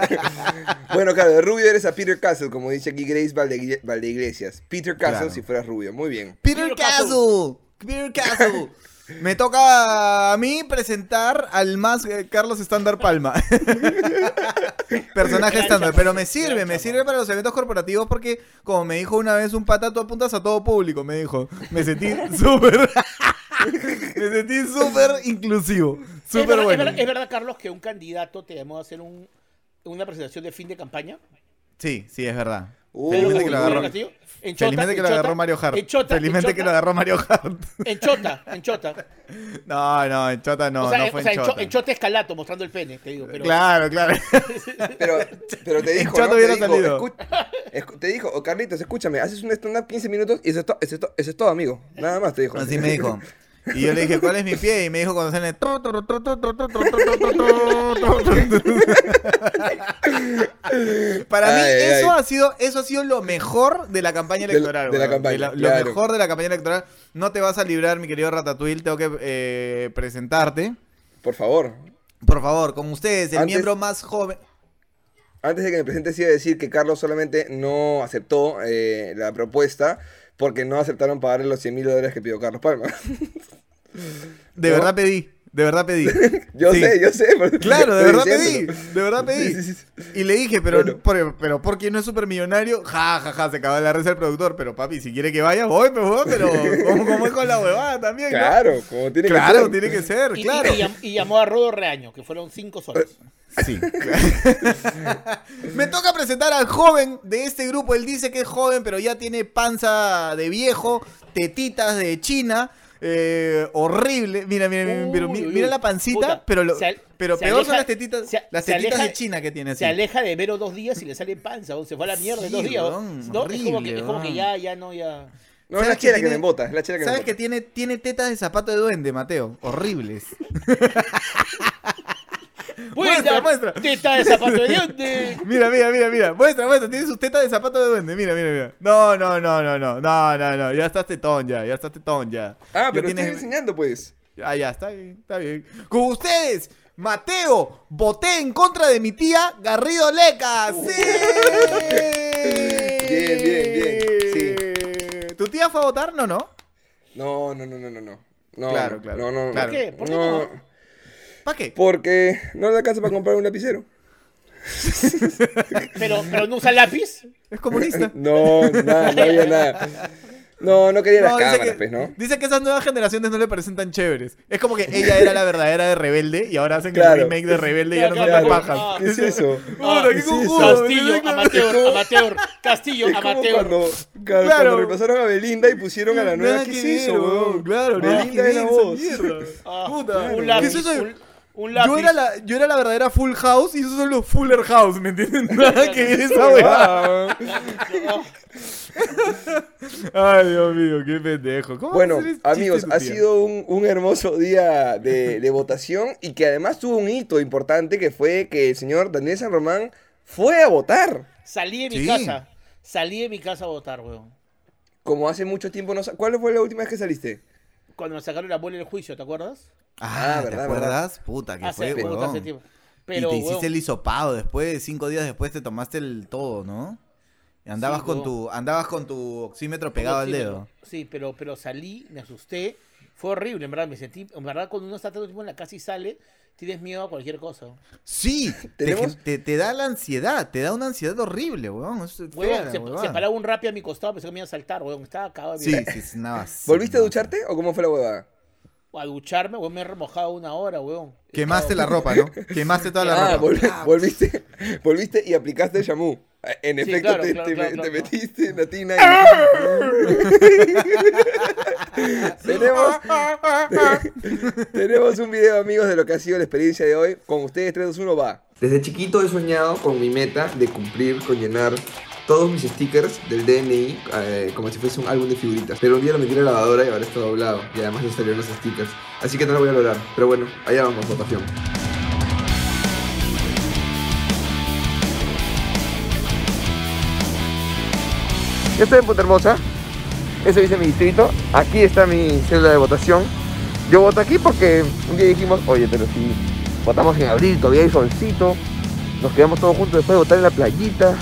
Speaker 2: Bueno, claro, de rubio eres a Peter Castle, como dice aquí Grace Valde- Valdeiglesias. Peter Castle
Speaker 1: Claro.
Speaker 2: si fueras rubio, muy bien.
Speaker 1: Peter
Speaker 3: Peter
Speaker 1: Castle. Peter Castle. Me toca a mí presentar al más eh, Carlos Estándar Palma. Personaje
Speaker 3: Gran
Speaker 1: estándar.
Speaker 3: chamba,
Speaker 1: Pero me
Speaker 3: gran
Speaker 1: sirve, me
Speaker 3: chamba.
Speaker 1: sirve para los eventos corporativos porque, como me dijo una vez un pata, tú apuntas a todo público, me dijo. Me sentí súper. me sentí súper inclusivo.
Speaker 3: es,
Speaker 1: Súper
Speaker 3: verdad,
Speaker 1: bueno.
Speaker 3: es verdad- es verdad, Carlos, que un candidato te llamó a hacer un- una presentación de fin de campaña.
Speaker 1: Sí, sí, es verdad.
Speaker 2: Uy,
Speaker 1: Felizmente que lo
Speaker 3: Julio
Speaker 1: agarró.
Speaker 3: Castillo, en Chota,
Speaker 1: Felizmente que
Speaker 3: en
Speaker 1: lo agarró
Speaker 3: Chota,
Speaker 1: Mario Hart.
Speaker 3: En Chota, en
Speaker 1: Felizmente que lo
Speaker 3: Chota,
Speaker 1: agarró Mario Hart.
Speaker 3: En Chota, en Chota.
Speaker 1: No, no, en Chota no,
Speaker 3: o sea,
Speaker 1: no
Speaker 3: en-
Speaker 1: fue
Speaker 3: o sea,
Speaker 1: en
Speaker 3: en, Cho-
Speaker 1: Chota.
Speaker 3: en Chota escalato, mostrando el pene, te digo. Pero,
Speaker 1: Claro, claro.
Speaker 2: Pero, pero te
Speaker 1: El
Speaker 2: dijo,
Speaker 1: chato
Speaker 2: ¿no?
Speaker 1: hubiera
Speaker 2: te, dijo
Speaker 1: salido.
Speaker 2: escu- escu- te dijo, oh, Carlitos, escúchame, haces un stand-up 15 minutos y eso es, to- eso, es to- eso es todo, amigo. Nada más te dijo.
Speaker 1: Así me dijo. Y yo le dije, ¿cuál es mi pie? Y me dijo cuando sale. Para mí,
Speaker 2: Ay, ay,
Speaker 1: eso
Speaker 2: ay.
Speaker 1: ha sido, eso ha sido lo mejor de la campaña
Speaker 2: De la-
Speaker 1: electoral.
Speaker 2: de la
Speaker 1: weón.
Speaker 2: campaña,
Speaker 1: la- lo
Speaker 2: claro.
Speaker 1: mejor de la campaña electoral. No te vas a librar, mi querido Ratatouille. Tengo que eh, presentarte.
Speaker 2: Por favor,
Speaker 1: Por favor, con ustedes, el
Speaker 2: Antes-
Speaker 1: miembro más joven.
Speaker 2: antes de que me presentes, iba a decir que Carlos solamente no aceptó eh, la propuesta porque no aceptaron pagarle los 100 mil dólares que pidió Carlos Palma.
Speaker 1: De
Speaker 2: ¿No?
Speaker 1: verdad pedí, de verdad pedí.
Speaker 2: yo
Speaker 1: Sí.
Speaker 2: sé, yo sé. pero-
Speaker 1: Claro, de
Speaker 2: estoy
Speaker 1: verdad pedí,
Speaker 2: diciéndolo.
Speaker 1: de verdad pedí.
Speaker 2: Sí, sí, sí.
Speaker 1: Y le dije, pero,
Speaker 2: Bueno.
Speaker 1: por- pero porque no es supermillonario, ja, ja, ja, se acaba la risa del productor, pero papi, si quiere que vaya, voy, pues, voy, pero como, como es con la huevada también, ¿no?
Speaker 2: Claro, como tiene
Speaker 1: Claro,
Speaker 2: que ser.
Speaker 1: tiene que ser,
Speaker 3: y, y-
Speaker 1: claro. Eh,
Speaker 3: y llam- y llamó a Rodo Reaño, que fueron cinco soles.
Speaker 1: Sí. Me toca presentar al joven de este grupo. Él dice que es joven, pero ya tiene panza de viejo, tetitas de China. eh, horrible. Mira, mira, mira, pero mi-
Speaker 3: Uy, uy,
Speaker 1: mira
Speaker 3: uy.
Speaker 1: la pancita,
Speaker 3: Puta,
Speaker 1: pero, lo-
Speaker 3: se al-
Speaker 1: pero
Speaker 3: se
Speaker 1: peor son
Speaker 3: aleja-
Speaker 1: las tetitas,
Speaker 3: se-
Speaker 1: las
Speaker 3: se
Speaker 1: tetitas
Speaker 3: aleja-
Speaker 1: de China que tiene así.
Speaker 3: Se aleja de Vero dos días y le sale panza. o Se fue a la mierda en
Speaker 1: Sí,
Speaker 3: dos días. o-
Speaker 1: weón,
Speaker 3: no, es, como
Speaker 1: horrible,
Speaker 3: que, es como que
Speaker 1: weón.
Speaker 3: ya, ya no, ya.
Speaker 2: No, es
Speaker 1: ¿Sabes
Speaker 2: la
Speaker 1: que
Speaker 2: chela que
Speaker 1: tiene-
Speaker 2: me embota, es la chela que me
Speaker 1: ¿Sabes que
Speaker 2: embota.
Speaker 1: tiene, tiene tetas de zapato de duende, Mateo? Horribles. Muestra,
Speaker 3: Buena
Speaker 1: muestra.
Speaker 3: Teta de zapato de diente.
Speaker 1: Mira, mira, mira, mira. Muestra, muestra. Tiene sus tetas de zapato de duende. Mira, mira, mira. No, no, no, no, no. No, no, no. Ya estás tetón ya. Ya estás tetón ya.
Speaker 2: Ah,
Speaker 1: Ya
Speaker 2: pero
Speaker 1: tienes-
Speaker 2: estoy enseñando, pues.
Speaker 1: Ah, ya, está bien, está bien. Con ustedes, Mateo, voté en contra de mi tía Garrido Leca. ¡Sí!
Speaker 2: Uh. Bien, bien, bien,
Speaker 1: Sí. ¿Tu tía fue a votar? No, no.
Speaker 2: No, no, no, no, no, no. No,
Speaker 1: Claro, claro,
Speaker 2: No, no, no.
Speaker 1: claro. ¿Por
Speaker 3: qué? ¿Por qué no?
Speaker 1: ¿Para qué?
Speaker 2: Porque no le alcanza para comprar un lapicero.
Speaker 3: Pero, pero no usa lápiz.
Speaker 1: Es comunista.
Speaker 2: No, nada, no había nada. No, no quería las cámaras,
Speaker 1: que,
Speaker 2: pues, ¿no?
Speaker 1: dice que esas nuevas generaciones no le parecen tan chéveres. Es como que ella era la verdadera de Rebelde y ahora hacen el
Speaker 2: Claro.
Speaker 1: remake de Rebelde y ya no son tan
Speaker 3: Claro,
Speaker 2: Claro.
Speaker 1: bajas.
Speaker 3: ah,
Speaker 2: ¿Qué es eso?
Speaker 1: Puta,
Speaker 3: Ah,
Speaker 1: qué
Speaker 2: sí, sí.
Speaker 1: cojudo,
Speaker 3: Castillo,
Speaker 1: ¿no?
Speaker 3: amateur, amateur. Castillo,
Speaker 2: Es como
Speaker 3: amateur.
Speaker 2: cuando Claro,
Speaker 1: Claro.
Speaker 2: cuando reemplazaron a Belinda y pusieron a la nueva.
Speaker 1: Nada
Speaker 2: ¿Qué
Speaker 1: que
Speaker 2: es
Speaker 1: ver,
Speaker 2: eso, weón?
Speaker 1: Claro,
Speaker 2: Nada
Speaker 1: nada
Speaker 2: que
Speaker 1: que
Speaker 2: ver la
Speaker 1: ver,
Speaker 2: voz.
Speaker 1: esa mierda.
Speaker 3: Ah,
Speaker 1: Puta.
Speaker 3: un
Speaker 1: ¿Qué
Speaker 3: lápiz.
Speaker 1: es eso?
Speaker 3: Un, un lápiz.
Speaker 1: Yo era, la, yo era la verdadera Full House y esos son los Fuller House, ¿me entienden? Nada que ver esa weá.
Speaker 2: Ah, weón.
Speaker 3: Ah,
Speaker 1: Ay, Dios mío, qué pendejo. ¿Cómo
Speaker 2: Bueno,
Speaker 1: haces chistes
Speaker 2: amigos,
Speaker 1: de
Speaker 2: ha
Speaker 1: tía?
Speaker 2: sido un, un hermoso día de, de votación y que además tuvo un hito importante que fue que el señor Daniel San Román fue a votar.
Speaker 3: Salí de mi
Speaker 1: Sí.
Speaker 3: casa. Salí de mi casa a votar, weón.
Speaker 2: Como hace mucho tiempo no sa- ¿Cuál fue la última vez que saliste?
Speaker 3: Cuando me sacaron la bola del juicio, ¿te acuerdas?
Speaker 1: Ah,
Speaker 2: Ah,
Speaker 1: ¿te
Speaker 2: verdad,
Speaker 1: acuerdas? Puta, que fue,
Speaker 3: Hace, puta, hace
Speaker 1: weón.
Speaker 3: tiempo. Pero,
Speaker 1: y te
Speaker 3: weón,
Speaker 1: hiciste el hisopado después, cinco días después te tomaste el todo, ¿no? Y andabas
Speaker 3: Sí,
Speaker 1: con
Speaker 3: huevón.
Speaker 1: tu, andabas con tu oxímetro pegado al
Speaker 3: sí,
Speaker 1: dedo.
Speaker 3: pero- Sí, pero, pero salí, me asusté. Fue horrible, en verdad. Me sentí. En verdad, cuando uno está tanto tiempo en la casa y sale, tienes miedo a cualquier cosa.
Speaker 1: Sí, te,
Speaker 2: Tenemos-
Speaker 1: te- te da la ansiedad, te da una ansiedad horrible, weón. Es fea
Speaker 3: Huevón,
Speaker 1: la
Speaker 3: se,
Speaker 1: huevada.
Speaker 3: se paraba un rapi a mi costado, pensé que me iba a saltar, huevón. Estaba acabado de
Speaker 1: Sí,
Speaker 3: mirar.
Speaker 1: sí, es una basura.
Speaker 2: ¿Volviste a ducharte o cómo fue la huevada?
Speaker 3: A ducharme, huevón, me he remojado una hora, huevón.
Speaker 1: Quemaste
Speaker 3: Estaba-
Speaker 1: la ropa, ¿no? Quemaste toda la
Speaker 2: ah,
Speaker 1: ropa.
Speaker 2: vol- volviste, volviste y aplicaste shampoo. En
Speaker 3: Sí,
Speaker 2: efecto,
Speaker 3: claro,
Speaker 2: te,
Speaker 3: claro,
Speaker 2: te-
Speaker 3: claro,
Speaker 2: te
Speaker 3: claro.
Speaker 2: metiste en la tina y- tenemos, tenemos un video, amigos, de lo que ha sido la experiencia de hoy. Con ustedes, 3, 2, 1, va. Desde chiquito he soñado con mi meta de cumplir, con llenar todos mis stickers del DNI eh, como si fuese un álbum de figuritas. Pero un día lo metí en la lavadora y ahora está doblado. Y además no salieron los stickers. Así que no lo voy a lograr. Pero bueno, allá vamos, votación. Yo estoy en Punta Hermosa, eso dice mi distrito, aquí está mi célula de votación. Yo voto aquí porque un día dijimos, oye, pero si votamos en abril, todavía hay solcito, nos quedamos todos juntos después de votar en la playita.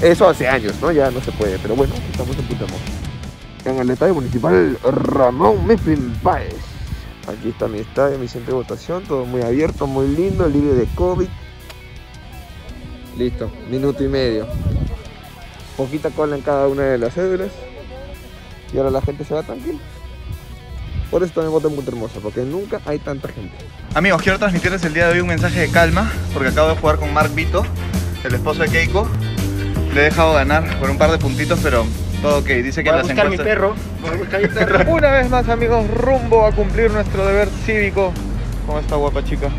Speaker 2: Eso hace años, ¿no? Ya no se puede, pero bueno, estamos en Punta Hermosa. En el estadio municipal Ramón Mifflin Páez. Aquí está mi estadio, mi centro de votación, todo muy abierto, muy lindo, libre de COVID. Listo, minuto y medio poquita cola en cada una de las cédulas y ahora la gente se va tranquila. Por eso también voto en Punta Hermosa, porque nunca hay tanta gente.
Speaker 4: Amigos, quiero transmitirles el día de hoy un mensaje de calma, porque acabo de jugar con Mark Vito, el esposo de Keiko. Le he dejado ganar por un par de puntitos, pero todo ok. Dice que en las encuestas... Una vez más, amigos, rumbo a cumplir nuestro deber cívico. Con esta guapa chica.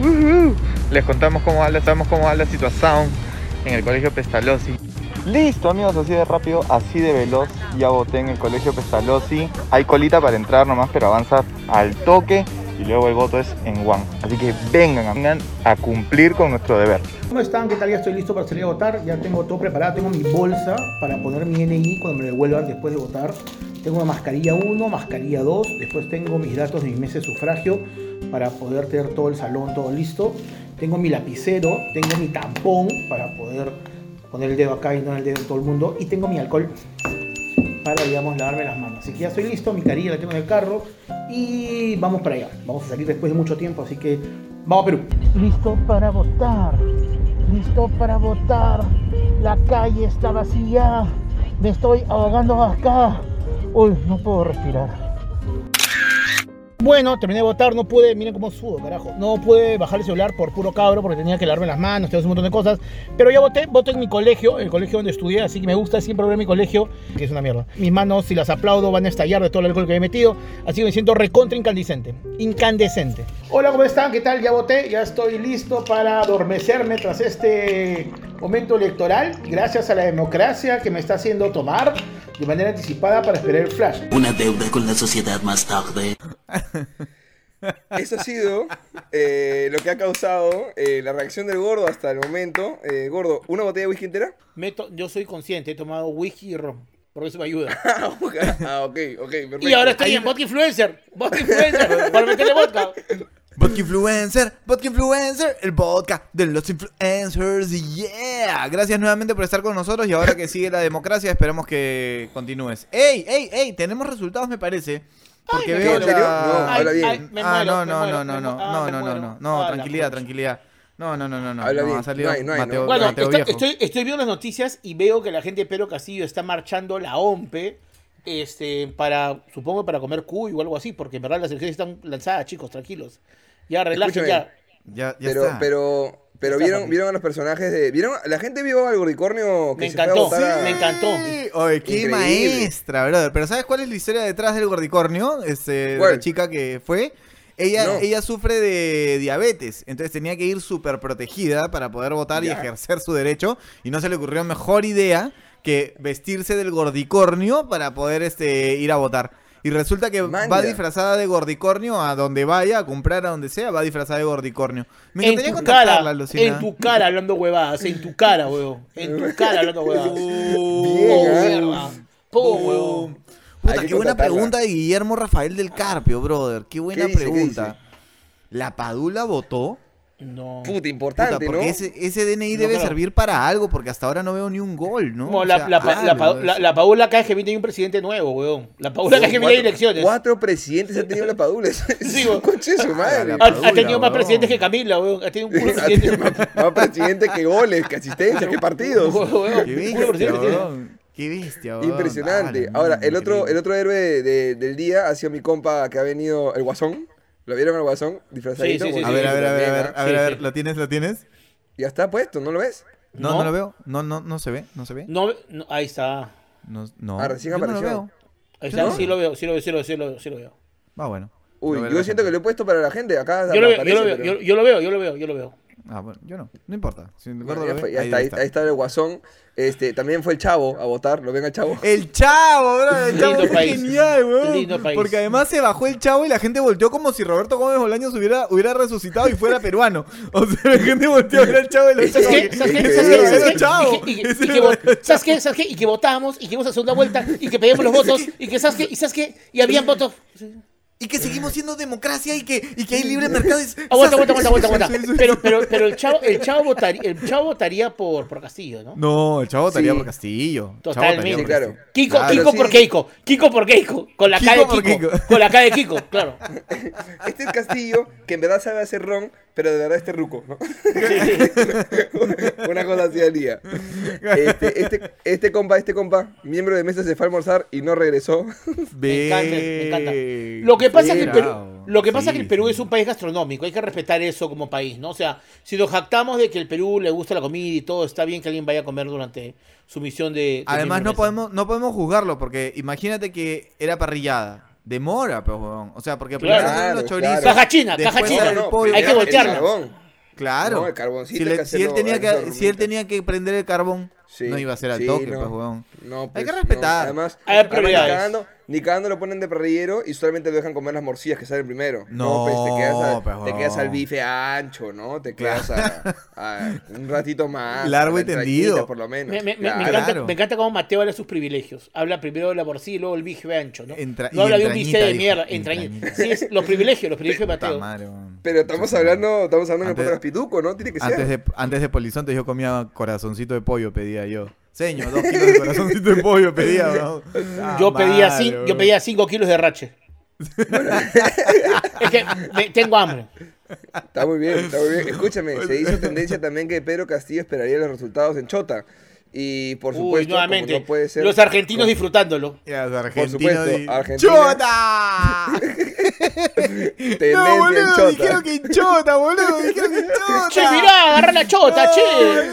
Speaker 4: Ujú. Les contamos cómo va, les sabemos cómo va la situación en el colegio Pestalozzi. Listo, amigos, así de rápido, así de veloz. Ya voté en el colegio Pestalozzi. Hay colita para entrar nomás, pero avanza al toque. Y luego el voto es en Juan. Así que vengan, vengan a cumplir con nuestro deber.
Speaker 5: ¿Cómo están? ¿Qué tal? Ya estoy listo para salir a votar. Ya tengo todo preparado. Tengo mi bolsa para poner mi NI cuando me lo devuelvan después de votar. Tengo una mascarilla 1, mascarilla 2. Después tengo mis datos de mi mes de sufragio para poder tener todo el salón, todo listo. Tengo mi lapicero, tengo mi tampón para poder poner el dedo acá y no el dedo en todo el mundo. Y tengo mi alcohol para, digamos, lavarme las manos. Así que ya estoy listo, mi carilla la tengo en el carro y vamos para allá. Vamos a salir después de mucho tiempo, así que vamos a Perú.
Speaker 6: listo para votar, listo para votar. La calle está vacía, me estoy ahogando acá. Uy, no puedo respirar.
Speaker 5: Bueno, terminé de votar, no pude, miren cómo sudo, carajo. No pude bajar el celular por puro cabro porque tenía que lavarme las manos, tenía que hacer un montón de cosas. Pero ya voté, voto en mi colegio, el colegio donde estudié, así que me gusta siempre ver mi colegio, que es una mierda. Mis manos, si las aplaudo, van a estallar de todo el alcohol que he metido, así que me siento recontra incandescente. Incandescente. Hola, ¿cómo están? ¿Qué tal? Ya voté, ya estoy listo para adormecerme tras este momento electoral, gracias a la democracia que me está haciendo tomar de manera anticipada para esperar el flash.
Speaker 7: Una deuda con la sociedad más tarde.
Speaker 2: Esto ha sido eh, lo que ha causado eh, la reacción del gordo hasta el momento. Eh, gordo, ¿una botella de whisky entera?
Speaker 3: Me to- yo soy consciente, he tomado whisky y ron. Porque eso me ayuda.
Speaker 2: ah, ok, ok, perfecto.
Speaker 3: Y ahora estoy en vodka influencer. Vodka influencer. para meterle vodka.
Speaker 1: Vodka Influencer, Vodka Influencer, el vodka de los influencers, yeah. Gracias nuevamente por estar con nosotros y ahora que sigue la democracia esperamos que continúes. ¡Ey, ey, ey! Tenemos resultados me parece. Porque
Speaker 3: me
Speaker 1: veo
Speaker 3: muero.
Speaker 2: No,
Speaker 1: la...
Speaker 2: habla bien.
Speaker 3: me
Speaker 1: ah,
Speaker 3: muero,
Speaker 1: no,
Speaker 3: me
Speaker 1: no, no,
Speaker 3: muero,
Speaker 1: no,
Speaker 3: me
Speaker 1: no,
Speaker 3: mu- ah,
Speaker 1: no,
Speaker 3: me
Speaker 1: no, no,
Speaker 3: muero.
Speaker 1: no, no,
Speaker 3: Ah, la
Speaker 1: tranquilidad,
Speaker 3: concha.
Speaker 1: tranquilidad. No, no, no, no, no,
Speaker 2: Habla
Speaker 1: no,
Speaker 2: bien.
Speaker 1: ha salido
Speaker 2: No hay, no hay,
Speaker 1: Mateo,
Speaker 2: no.
Speaker 3: Bueno,
Speaker 1: Mateo
Speaker 3: está-
Speaker 1: viejo.
Speaker 3: estoy, estoy viendo las noticias y veo que la gente de Pedro Castillo está marchando la OMPE. Este, para, supongo, para comer cuy o algo así, porque en verdad las elecciones están lanzadas, chicos, tranquilos. Ya, relajen,
Speaker 2: Escúchame.
Speaker 3: ya.
Speaker 1: Ya, ya
Speaker 2: pero,
Speaker 1: está.
Speaker 2: pero, pero, Pero
Speaker 3: Está,
Speaker 2: vieron,
Speaker 3: papi.
Speaker 2: vieron a los personajes de. ¿Vieron? La gente vio al gordicornio que
Speaker 3: Me
Speaker 2: se fue a
Speaker 3: encantó,
Speaker 2: votar a-
Speaker 3: me encantó.
Speaker 1: Sí, Oye, qué
Speaker 2: Increíble.
Speaker 1: maestra, brother. Pero ¿sabes cuál es la historia detrás del gordicornio? Este, de
Speaker 2: ¿Cuál?
Speaker 1: la chica que fue. Ella,
Speaker 2: No.
Speaker 1: ella sufre de diabetes, entonces tenía que ir súper protegida para poder votar y
Speaker 2: Ya.
Speaker 1: ejercer su derecho. Y no se le ocurrió mejor idea que vestirse del gordicornio para poder este, ir a votar. Y resulta que va
Speaker 2: Manja.
Speaker 1: disfrazada de gordicornio a donde vaya, a comprar a donde sea, va disfrazada de gordicornio. Me
Speaker 3: En
Speaker 1: encantaría
Speaker 3: tu
Speaker 1: contactarla,
Speaker 3: cara,
Speaker 1: Lucina.
Speaker 3: en tu cara hablando huevadas, en tu cara, huevón. En tu cara hablando huevadas.
Speaker 2: Bien,
Speaker 3: Oh,
Speaker 2: ¿eh?
Speaker 3: mierda. Po, huevón.
Speaker 2: Hay
Speaker 1: Puta,
Speaker 2: que
Speaker 1: qué buena
Speaker 2: contratarla.
Speaker 1: pregunta de Guillermo Rafael del Carpio, brother. Qué buena
Speaker 2: ¿Qué dice? ¿Qué
Speaker 1: pregunta. ¿La Padula votó?
Speaker 3: No.
Speaker 2: Puta,
Speaker 1: Puta,
Speaker 2: importante,
Speaker 1: porque
Speaker 2: ¿no?
Speaker 1: ese, ese DNI
Speaker 3: No,
Speaker 1: debe
Speaker 3: claro.
Speaker 1: servir para algo, porque hasta ahora no veo ni un gol, ¿no?
Speaker 3: Como
Speaker 1: O
Speaker 3: la,
Speaker 1: sea,
Speaker 3: la, pa- la,
Speaker 1: algo,
Speaker 3: pa-
Speaker 1: ¿no?
Speaker 3: la- la Paula cada vez que viene hay un presidente nuevo, weón. La Paula cada vez que viene hay
Speaker 2: Cuatro-
Speaker 3: elecciones. Ha,
Speaker 2: Cuatro presidentes ha tenido la Padula.
Speaker 3: Sí,
Speaker 2: Sí,
Speaker 3: bo.
Speaker 2: coche de su madre.
Speaker 1: La
Speaker 3: ha
Speaker 1: Paula,
Speaker 3: tenido más
Speaker 1: weón.
Speaker 3: presidentes que Camila, weón. Ha tenido un culo
Speaker 2: Ha
Speaker 3: presidente.
Speaker 2: tenido más, más presidentes que goles, que asistencias, que partidos.
Speaker 3: Weón, weón,
Speaker 1: Qué
Speaker 3: un culo
Speaker 1: bestia,
Speaker 3: presidente tiene.
Speaker 1: weón. Qué bestia, weón.
Speaker 2: Impresionante.
Speaker 1: Ah, la
Speaker 2: Ahora,
Speaker 1: mierda,
Speaker 2: el otro,
Speaker 1: increíble.
Speaker 2: el otro héroe de- del día ha sido mi compa que ha venido, el Guasón. ¿Lo vieron al Guasón? Disfrazadito.
Speaker 3: Sí, sí, ¿ah? sí,
Speaker 1: A ver, a ver, a ver, a ver, a ver, a ver,
Speaker 3: sí.
Speaker 1: ¿lo tienes, lo tienes?
Speaker 2: Ya está puesto, ¿no lo ves?
Speaker 1: No,
Speaker 3: No.
Speaker 1: no, lo veo. No, no, no se ve, no se ve.
Speaker 3: No, no, ahí está.
Speaker 1: No, no.
Speaker 2: Ah, recién
Speaker 1: Yo no lo
Speaker 2: apareció.
Speaker 1: veo.
Speaker 3: Ahí está.
Speaker 2: ¿No?
Speaker 3: Sí lo veo, sí lo veo, sí lo veo, sí lo veo. sí lo veo.
Speaker 1: Ah, bueno.
Speaker 2: Uy,
Speaker 1: Lo verá
Speaker 2: yo
Speaker 1: la
Speaker 2: siento que
Speaker 1: gente.
Speaker 2: lo he puesto para la gente. Acá
Speaker 3: Yo lo veo,
Speaker 2: aparece,
Speaker 3: yo lo veo,
Speaker 2: pero-
Speaker 3: yo- yo lo veo, yo lo veo, yo lo veo.
Speaker 1: Ah, bueno, yo no. No importa. Si el
Speaker 2: Bueno,
Speaker 1: gordo
Speaker 2: ya
Speaker 1: lo
Speaker 2: fue,
Speaker 1: ve,
Speaker 2: ya está, ahí, ahí está el Guasón. Este, también fue el Chavo a votar. ¿Lo ven al Chavo?
Speaker 1: El chavo, bro. El
Speaker 3: Lindo
Speaker 1: chavo es
Speaker 3: país.
Speaker 1: genial, weón.
Speaker 3: Lindo país.
Speaker 1: Porque además se bajó el chavo y la gente volteó como si Roberto Gómez Bolaños hubiera, hubiera resucitado y fuera peruano. O sea, la gente volteó a ver al chavo y lo hizo
Speaker 3: ¿Sabes
Speaker 1: como
Speaker 3: qué?
Speaker 1: que,
Speaker 3: ¿Sabes qué?
Speaker 1: "Ese
Speaker 3: ¿Sabes
Speaker 1: es
Speaker 3: qué?
Speaker 1: el verdadero
Speaker 3: ¿Sabes qué?
Speaker 1: chavo.
Speaker 3: Y que- y que-
Speaker 1: Ese
Speaker 3: y
Speaker 1: es
Speaker 3: que
Speaker 1: el
Speaker 3: vo-
Speaker 1: verdadero
Speaker 3: ¿Sabes qué? ¿Sabes qué? Y que votamos, y que íbamos a segunda vuelta, y que pedíamos los votos, y que ¿sabes qué? ¿Y sabes qué? Y habían votos.
Speaker 1: Y que seguimos siendo democracia y que, y que hay libre mercado. Es-
Speaker 3: Aguanta, aguanta, aguanta, aguanta, aguanta.
Speaker 1: Sí, sí, sí.
Speaker 3: Pero, pero, pero el chavo, el chavo votaría, el chavo votaría por, por Castillo, ¿no?
Speaker 1: No, el chavo votaría
Speaker 2: Sí.
Speaker 1: por Castillo. El chavo votaría por
Speaker 3: Totalmente.
Speaker 2: Sí, claro.
Speaker 1: Castillo.
Speaker 3: Kiko,
Speaker 1: Claro,
Speaker 3: Kiko
Speaker 2: sí.
Speaker 3: por Keiko, Kiko por Keiko, con la
Speaker 1: Kiko
Speaker 3: cara de
Speaker 1: por
Speaker 3: Kiko,
Speaker 1: Kiko.
Speaker 3: con la cara de Kiko, claro.
Speaker 2: Este es Castillo, que en verdad sabe hacer ron, pero de verdad este es ruco, ¿no? Una cosa así al día. Este, este, este compa, este compa, miembro de mesa se fue a almorzar y no regresó.
Speaker 3: Pues, Me encanta, me encanta.
Speaker 1: Ve-
Speaker 3: Lo que pasa es que el Perú,
Speaker 1: Bravo.
Speaker 3: lo que pasa es que
Speaker 1: Sí,
Speaker 3: el Perú
Speaker 1: sí.
Speaker 3: es un país gastronómico, hay que respetar eso como país, ¿no? O sea, si nos jactamos de que el Perú le gusta la comida y todo, está bien que alguien vaya a comer durante su misión de. de
Speaker 1: Además,
Speaker 3: miembro
Speaker 1: no
Speaker 3: de
Speaker 1: podemos, no podemos juzgarlo, porque imagínate que era parrillada. Demora, pues, huevón. O sea, porque
Speaker 3: Claro.
Speaker 1: primero salen los
Speaker 2: Claro,
Speaker 1: chorizos.
Speaker 2: claro.
Speaker 3: Caja china,
Speaker 1: después
Speaker 2: Pues,
Speaker 3: caja china.
Speaker 1: sale el pollo.
Speaker 3: Hay que
Speaker 2: el
Speaker 3: voltearlo.
Speaker 2: carbón.
Speaker 1: Claro.
Speaker 2: No, el carboncito
Speaker 1: si,
Speaker 2: hay
Speaker 1: le-
Speaker 2: que
Speaker 1: si él
Speaker 2: hacerlo-
Speaker 1: tenía
Speaker 2: hay que
Speaker 1: que,
Speaker 2: hacerlo
Speaker 1: si él
Speaker 2: rumita.
Speaker 1: tenía que prender el carbón,
Speaker 2: Sí,
Speaker 1: no iba a ser al
Speaker 2: sí,
Speaker 1: toque,
Speaker 2: no.
Speaker 1: pues, huevón.
Speaker 2: No,
Speaker 1: Hay
Speaker 2: pues,
Speaker 1: que
Speaker 2: no.
Speaker 1: respetar.
Speaker 2: Además,
Speaker 3: Hay
Speaker 2: además ni,
Speaker 3: prioridades.
Speaker 2: cagando, ni cagando lo ponen de parrillero y solamente lo dejan comer las morcillas que salen primero.
Speaker 1: No,
Speaker 2: pues, te quedas, al-
Speaker 1: pues,
Speaker 2: te quedas al
Speaker 1: no.
Speaker 2: bife ancho, ¿no? Te quedas a, a un ratito más.
Speaker 1: Largo
Speaker 2: a la
Speaker 1: y
Speaker 2: entrañita,
Speaker 1: tendido.
Speaker 2: Por lo menos.
Speaker 3: Me, me- me- me
Speaker 2: Claro.
Speaker 3: encanta,
Speaker 1: Claro.
Speaker 3: me encanta cómo Mateo habla de sus privilegios. Habla primero de la morcilla y luego el bife ancho, ¿no?
Speaker 1: Entra-
Speaker 3: no
Speaker 1: y
Speaker 3: habla de un
Speaker 1: entrañita,
Speaker 3: bife de
Speaker 1: dijo.
Speaker 3: mierda, entrañita.
Speaker 1: Entrañita.
Speaker 3: Sí, es los privilegios, los privilegios de
Speaker 1: Puta
Speaker 3: Mateo.
Speaker 1: madre, huevón.
Speaker 2: Pero estamos hablando, estamos hablando
Speaker 1: Antes-
Speaker 2: de un podcast pituco, ¿no? Tiene que ser.
Speaker 1: Antes de, antes de Polizonte yo comía corazoncito de pollo, pedía yo. Señor, dos kilos de corazoncito de pollo pedía, huevón.
Speaker 3: Yo
Speaker 1: Ah,
Speaker 3: pedía,
Speaker 1: madre,
Speaker 3: cin- yo
Speaker 1: huevón.
Speaker 3: pedía 5 kilos de rache. es que me- tengo hambre.
Speaker 2: Está muy bien, está muy bien. Escúchame, se hizo tendencia también que Pedro Castillo esperaría los resultados en Chota. Y por
Speaker 3: Uy,
Speaker 2: supuesto, como
Speaker 3: nuevamente.
Speaker 2: no puede ser.
Speaker 3: los argentinos disfrutándolo.
Speaker 1: Y a los
Speaker 2: Por supuesto,
Speaker 1: argentinos di-
Speaker 2: Argentina-
Speaker 1: ¡Chota!
Speaker 2: tendencia
Speaker 1: no,
Speaker 2: en
Speaker 1: boludo,
Speaker 2: Chota.
Speaker 1: dijeron que en chota, boludo, dijeron que en chota.
Speaker 3: Che, mirá, agarra la chota,
Speaker 1: No,
Speaker 3: che.
Speaker 1: boludo,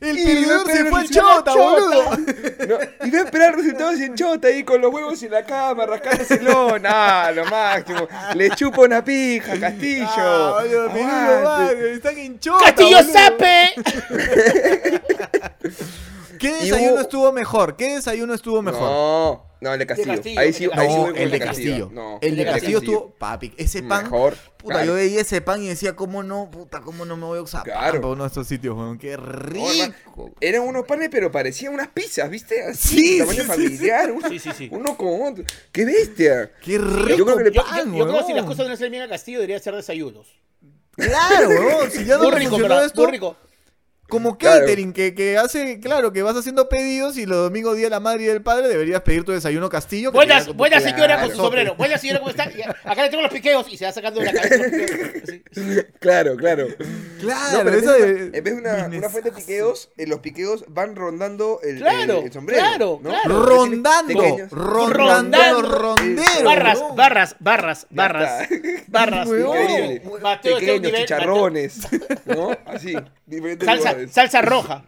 Speaker 1: El
Speaker 2: Y
Speaker 1: perdedor
Speaker 2: Pedro
Speaker 1: se fue al
Speaker 2: Castillo,
Speaker 1: chota,
Speaker 2: Chota.
Speaker 1: boludo.
Speaker 2: No, y va a esperar resultados en Chota ahí con los huevos en la cama, rascándoselo. No, lo máximo. Le chupa una pija, Castillo.
Speaker 1: Ah, boludo,
Speaker 2: Aguante.
Speaker 1: menudo barrio, están en chota,
Speaker 3: ¡Castillo
Speaker 1: boludo.
Speaker 3: Sape!
Speaker 1: ¿Qué
Speaker 2: Y
Speaker 1: desayuno
Speaker 2: hubo-
Speaker 1: estuvo mejor? ¿Qué desayuno estuvo mejor?
Speaker 2: No, no, el de Castillo.
Speaker 3: Castillo,
Speaker 2: ahí sí,
Speaker 3: el de
Speaker 2: ahí sí
Speaker 3: Castillo.
Speaker 2: voy con
Speaker 1: el de Castillo.
Speaker 2: No,
Speaker 1: el de Castillo estuvo,
Speaker 2: tú
Speaker 1: papi, ese pan.
Speaker 2: Mejor.
Speaker 1: Puta,
Speaker 2: Claro.
Speaker 1: yo veía ese pan y decía, ¿cómo no? Puta, ¿cómo no me voy a usar
Speaker 2: Claro.
Speaker 1: pan para uno de estos sitios, weón? ¡Qué
Speaker 2: No, hermano,
Speaker 1: rico!
Speaker 2: eran unos panes, pero parecían unas pizzas, ¿viste?
Speaker 1: Sí,
Speaker 2: Así, tamaño
Speaker 1: sí, sí,
Speaker 2: familiar, uno,
Speaker 3: Sí, sí, sí.
Speaker 2: uno con otro. ¡Qué bestia!
Speaker 1: ¡Qué rico!
Speaker 2: creo que le-
Speaker 3: Yo, yo-
Speaker 1: pan,
Speaker 3: yo creo que si las
Speaker 1: weón.
Speaker 3: cosas no se bien a Castillo, debería ser desayunos.
Speaker 1: Claro, weón. Si ya no
Speaker 3: Muy
Speaker 1: me
Speaker 3: rico,
Speaker 1: funcionó
Speaker 3: ¿verdad?
Speaker 1: esto,
Speaker 3: Muy rico.
Speaker 1: como
Speaker 2: Claro.
Speaker 1: catering que, que hace, claro, que vas haciendo pedidos y los domingos día de la madre y del padre deberías pedir tu desayuno castillo. que te
Speaker 3: Buenas,
Speaker 1: llega
Speaker 3: buena
Speaker 1: como-
Speaker 3: señora con su
Speaker 1: Claro.
Speaker 3: sombrero. Buena señora, ¿cómo está? Y Acá le tengo los piqueos y se va sacando de la cabeza. los piqueos, así.
Speaker 2: Claro, claro.
Speaker 1: ¡Qué Claro,
Speaker 2: pero en
Speaker 1: eso
Speaker 2: vez de
Speaker 1: de-
Speaker 2: una- en vez de una, una fuente de
Speaker 1: businessazo.
Speaker 2: piqueos, eh, los piqueos van rondando el, el-
Speaker 3: Claro,
Speaker 2: el sombrero.
Speaker 3: claro,
Speaker 2: ¿no?
Speaker 3: claro.
Speaker 2: Los pequeños-
Speaker 1: Ah, Rondando,
Speaker 2: pequeños-
Speaker 1: rondando,
Speaker 3: Rondando.
Speaker 1: rondero.
Speaker 3: Barras,
Speaker 1: huevón.
Speaker 3: barras, barras, barras,
Speaker 2: está.
Speaker 3: barras.
Speaker 1: Huevón.
Speaker 2: Increíble.
Speaker 3: Mateo está a un
Speaker 2: Pequeños
Speaker 3: nivel-
Speaker 2: chicharrones, ¿no? Así, diferentes
Speaker 3: Mateo- Salsa,
Speaker 2: lugares.
Speaker 3: salsa roja.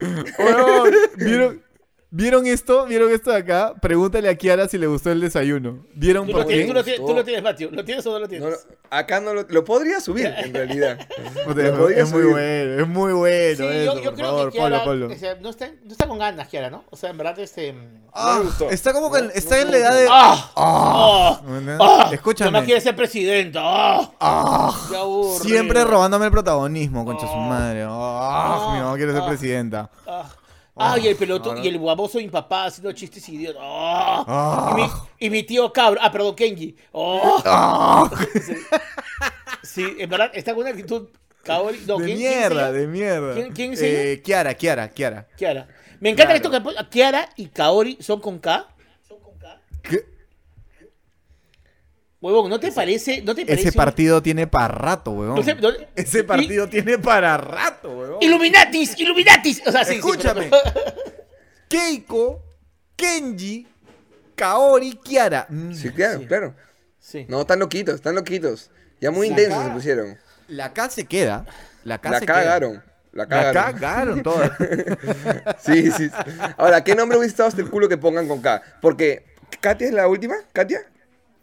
Speaker 1: Huevón, ¿Vieron, ¿Vieron esto? ¿Vieron esto de acá? Pregúntale a Kiara si le gustó el desayuno. ¿Vieron
Speaker 3: Tú
Speaker 1: por
Speaker 3: lo, tienes,
Speaker 1: qué?
Speaker 3: tú, lo tienes, tú lo tienes, Mateo. ¿Lo tienes o no lo tienes?
Speaker 2: No, no, acá no lo, lo podría subir, en realidad.
Speaker 1: Puta,
Speaker 2: Lo podría
Speaker 1: es muy
Speaker 2: subir.
Speaker 1: bueno, es muy bueno
Speaker 3: Sí,
Speaker 1: eso,
Speaker 3: yo, yo
Speaker 1: por
Speaker 3: creo
Speaker 1: favor,
Speaker 3: que Kiara,
Speaker 1: Pablo, Pablo.
Speaker 3: o sea, no, está, no está con ganas, Kiara, ¿no? O sea, en verdad, este...
Speaker 1: Ah,
Speaker 2: me gustó.
Speaker 1: está como que en-
Speaker 2: No,
Speaker 1: está
Speaker 2: no
Speaker 1: en
Speaker 2: me
Speaker 1: la edad
Speaker 2: gustó.
Speaker 1: de.
Speaker 3: ¡Ah!
Speaker 1: Ah,
Speaker 3: ¡Ah!
Speaker 1: ¿no?
Speaker 3: ¡Ah!
Speaker 1: Escúchame.
Speaker 3: Nomás quiere ser presidenta. ¡Ah!
Speaker 1: Ah,
Speaker 3: ¡Qué aburrido!
Speaker 1: siempre robándome el protagonismo, concha su
Speaker 3: Ah.
Speaker 1: madre. Ah,
Speaker 3: Ah,
Speaker 1: mi mamá quiere ser
Speaker 3: ah.
Speaker 1: presidenta.
Speaker 3: Ah, Ah, y el peloto, y el guaboso impapá haciendo chistes idiotas. Ah.
Speaker 1: Ah.
Speaker 3: Y, mi, y mi tío cabro. Ah, perdón, Kenji. Ah.
Speaker 1: Ah,
Speaker 3: Sí, en verdad, está con una actitud caólica. No,
Speaker 1: de
Speaker 3: ¿quién- quién
Speaker 1: mierda,
Speaker 3: se llama?
Speaker 1: de mierda.
Speaker 3: ¿Quién- quién es
Speaker 1: eh, Kiara, Kiara, Kiara.
Speaker 3: Kiara. Me encanta que esto que Kiara y Kaori son con K. Son con K.
Speaker 1: ¿Qué?
Speaker 3: Huevón, ¿no te parece? ¿No te parece?
Speaker 1: Ese
Speaker 3: un-
Speaker 1: partido tiene para rato, weón.
Speaker 3: no sé, no-
Speaker 1: Ese
Speaker 3: y-
Speaker 1: partido tiene para rato, weón.
Speaker 3: Illuminatis, Illuminatis. O sea, sí, sí,
Speaker 1: Escúchame.
Speaker 3: pero-
Speaker 1: Keiko, Kenji, Kaori, Kiara. Mm,
Speaker 2: Sí, claro, claro.
Speaker 3: Sí.
Speaker 2: No, están loquitos, están loquitos. Ya muy intensos se pusieron.
Speaker 1: La K se queda. La K
Speaker 2: La
Speaker 1: se
Speaker 2: cagaron. La
Speaker 1: Queda. La
Speaker 2: cagaron.
Speaker 1: cagaron todas.
Speaker 2: Sí, sí. Ahora, ¿qué nombre hubiese estado hasta el culo que pongan con K? Porque, ¿Katia es la última? ¿Katia?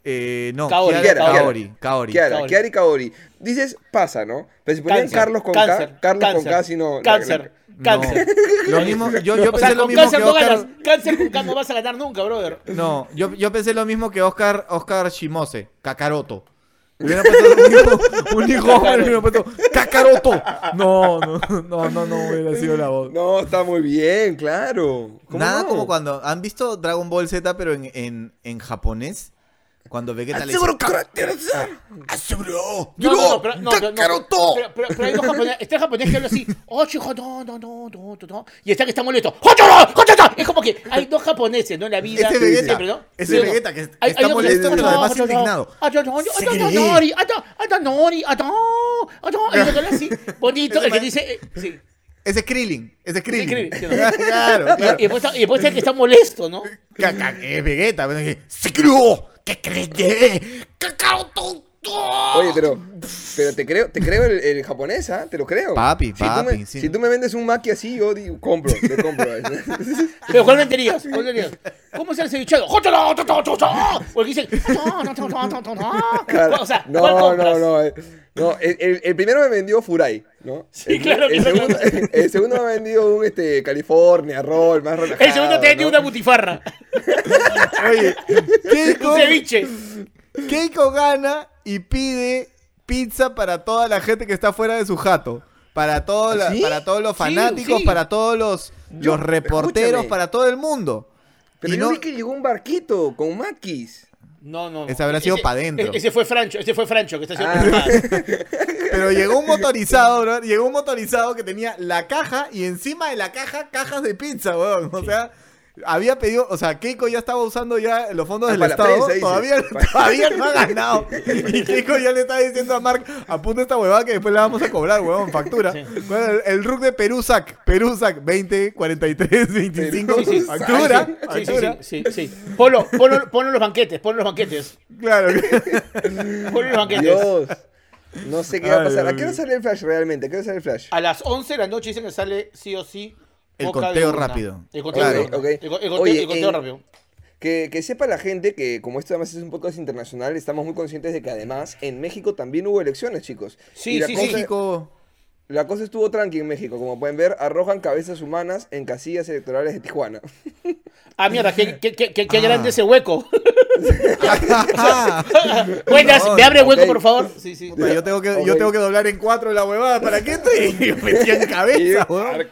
Speaker 1: Eh, no,
Speaker 3: Kaori,
Speaker 1: Kiara,
Speaker 2: Kiara,
Speaker 1: Kaori, Kaori.
Speaker 2: Kiara,
Speaker 3: Kaori.
Speaker 2: Kiara y Kaori. Dices, pasa, ¿no? Pero si ponían
Speaker 3: Cáncer,
Speaker 2: Carlos con
Speaker 3: cáncer,
Speaker 2: K, Carlos
Speaker 3: cáncer,
Speaker 2: con K, si no... la-
Speaker 3: Cáncer,
Speaker 1: No,
Speaker 3: cáncer.
Speaker 1: Lo mismo, yo, yo
Speaker 3: O
Speaker 1: pensé
Speaker 3: sea,
Speaker 1: lo
Speaker 3: con
Speaker 1: mismo
Speaker 3: cáncer
Speaker 1: que
Speaker 3: no ganas.
Speaker 1: Oscar.
Speaker 3: Cáncer con K no vas a ganar nunca, brother.
Speaker 1: No, yo, yo pensé lo mismo que Oscar, Oscar Shimose, Kakaroto. Le hubieran puesto un hijo, un hijo hombre, le hubieran puesto Kakaroto. No, no, no, no, no hubiera sido la voz.
Speaker 2: No, está muy bien, claro. ¿Cómo
Speaker 1: Nada
Speaker 2: no?
Speaker 1: como cuando han visto Dragon Ball Z, pero en, en, en japonés. Cuando Vegeta le dice
Speaker 2: Seguro que-
Speaker 1: "Aseguro,
Speaker 3: No, no, no, pero no, no, no,
Speaker 1: Kakaroto".
Speaker 3: pero, pero, pero hay dos japoneses, está el japonés que habla así, oh, chico, no, no, no, no, no, no, y está que está molesto, ¡Oh, yo no! ¡Oh, yo no! es como que hay dos japoneses, ¿no? En la vida,
Speaker 1: Ese Vegeta,
Speaker 3: siempre, ¿no?
Speaker 1: ese
Speaker 3: o no?
Speaker 1: Vegeta que
Speaker 3: Hay-
Speaker 1: está
Speaker 3: hay uno que
Speaker 1: molesto,
Speaker 3: dice,
Speaker 1: pero
Speaker 3: "Oh,
Speaker 1: además
Speaker 3: yo no,
Speaker 1: indignado.
Speaker 3: oh, yo no, oh, yo
Speaker 1: Se
Speaker 3: no,
Speaker 1: cree.
Speaker 3: nori, oh, yo- oh, yo nori, oh, no, oh, no", y uno que habla así, bonito, el que dice, eh, sí.
Speaker 1: Ese es Krillin, ese es Krillin.
Speaker 3: Krillin, sí, no.
Speaker 1: claro, claro.
Speaker 3: Y después, está- y después está el que está molesto, ¿no?
Speaker 1: Caca, es Vegeta, pero dije, se creó, eh, ¿qué crees de? Kakaroto.
Speaker 3: Ah.
Speaker 2: Oye, pero, pero te creo, te creo el, el japonés, ¿ah? Te lo creo.
Speaker 1: Papi,
Speaker 2: si tú me-
Speaker 1: papi, sí.
Speaker 2: Si tú me vendes un maki así, yo digo, compro, te compro.
Speaker 3: Pero ¿cuál venderías? ¿Cuál venderías? ¿Cómo se hace el cevichado? ¡Jótalo! ¡Tó, tó, tó, tó! O el que dice... "No, no, no, no, no, no, no".
Speaker 2: Claro.
Speaker 3: O sea, ¿cuál
Speaker 2: no,
Speaker 3: compras?
Speaker 2: no, no, eh, no. El, el- el primero me vendió Furai, ¿no?
Speaker 3: Sí,
Speaker 2: el,
Speaker 3: claro,
Speaker 2: el
Speaker 3: claro,
Speaker 2: segundo, el segundo me ha vendido un este, California, roll, más relajado.
Speaker 3: El segundo te vendió
Speaker 2: ¿no?
Speaker 3: una butifarra.
Speaker 1: Oye, Keiko,
Speaker 3: Un ceviche.
Speaker 1: Keiko gana y pide pizza para toda la gente que está fuera de su jato. Para, todo la-
Speaker 2: ¿Sí?
Speaker 1: para todos los
Speaker 3: Sí,
Speaker 1: fanáticos,
Speaker 3: sí.
Speaker 1: para todos los,
Speaker 2: Yo-
Speaker 1: los reporteros,
Speaker 2: escúchame.
Speaker 1: para todo el mundo.
Speaker 2: Pero
Speaker 1: y
Speaker 2: yo
Speaker 1: no,
Speaker 2: vi que llegó un barquito con makis.
Speaker 3: No, no, no.
Speaker 1: Ese habrá sido pa' dentro.
Speaker 3: Ese fue Francho, ese fue Francho que está haciendo...
Speaker 2: Ah.
Speaker 1: Pero llegó un motorizado, bro. Llegó un motorizado que tenía la caja y encima de la caja, cajas de pizza, weón. O sea, había pedido, o sea, Keiko ya estaba usando ya los fondos
Speaker 2: Ah,
Speaker 1: del
Speaker 2: para la
Speaker 1: Estado.
Speaker 2: prensa, dice.
Speaker 1: todavía,
Speaker 2: Para-
Speaker 1: todavía no ha ganado. Y Keiko ya le está diciendo a Mark, apunta esta huevada que después la vamos a cobrar, weón, factura. Bueno, el, el RUC de Perú sac, Perú sac, 20, 43, 25,
Speaker 3: Sí, sí.
Speaker 1: factura,
Speaker 3: Sí, sí,
Speaker 1: factura.
Speaker 3: sí, sí, sí. Ponlo, ponlo, ponlo en los banquetes, ponlo en los banquetes.
Speaker 1: Claro.
Speaker 3: Ponlo en los banquetes.
Speaker 2: Dios. No sé qué va a
Speaker 1: Ay,
Speaker 2: pasar. ¿A
Speaker 1: Dios
Speaker 2: qué hora
Speaker 1: mío.
Speaker 2: sale el flash realmente? ¿A qué hora sale el flash?
Speaker 3: A las 11 de la noche dicen que sale sí o sí.
Speaker 1: El
Speaker 3: Boca de
Speaker 1: conteo
Speaker 3: urna.
Speaker 1: rápido.
Speaker 3: El conteo
Speaker 1: Claro.
Speaker 3: rápido.
Speaker 2: Ok, ok.
Speaker 3: El co- el conteo-
Speaker 2: Oye,
Speaker 3: el conteo
Speaker 2: en-
Speaker 3: rápido.
Speaker 2: Que, que sepa la gente que como esto además es un podcast internacional, estamos muy conscientes de que además en México también hubo elecciones, chicos.
Speaker 3: Sí,
Speaker 2: Y la
Speaker 3: sí, sí.
Speaker 2: cosa,
Speaker 1: México.
Speaker 2: La cosa estuvo tranqui en México, como pueden ver, arrojan cabezas humanas en casillas electorales de Tijuana.
Speaker 3: Ah, mierda, qué, qué, qué, qué- qué
Speaker 1: Ah.
Speaker 3: grande ese hueco. Ah. Buenas,
Speaker 1: No,
Speaker 3: ¿me abre hueco,
Speaker 2: ok.
Speaker 3: por favor? Sí, sí.
Speaker 1: Puta, Pues yo, tengo que, yo
Speaker 2: Ok.
Speaker 1: tengo que doblar en cuatro la huevada. ¿Para qué te metían cabeza, weón?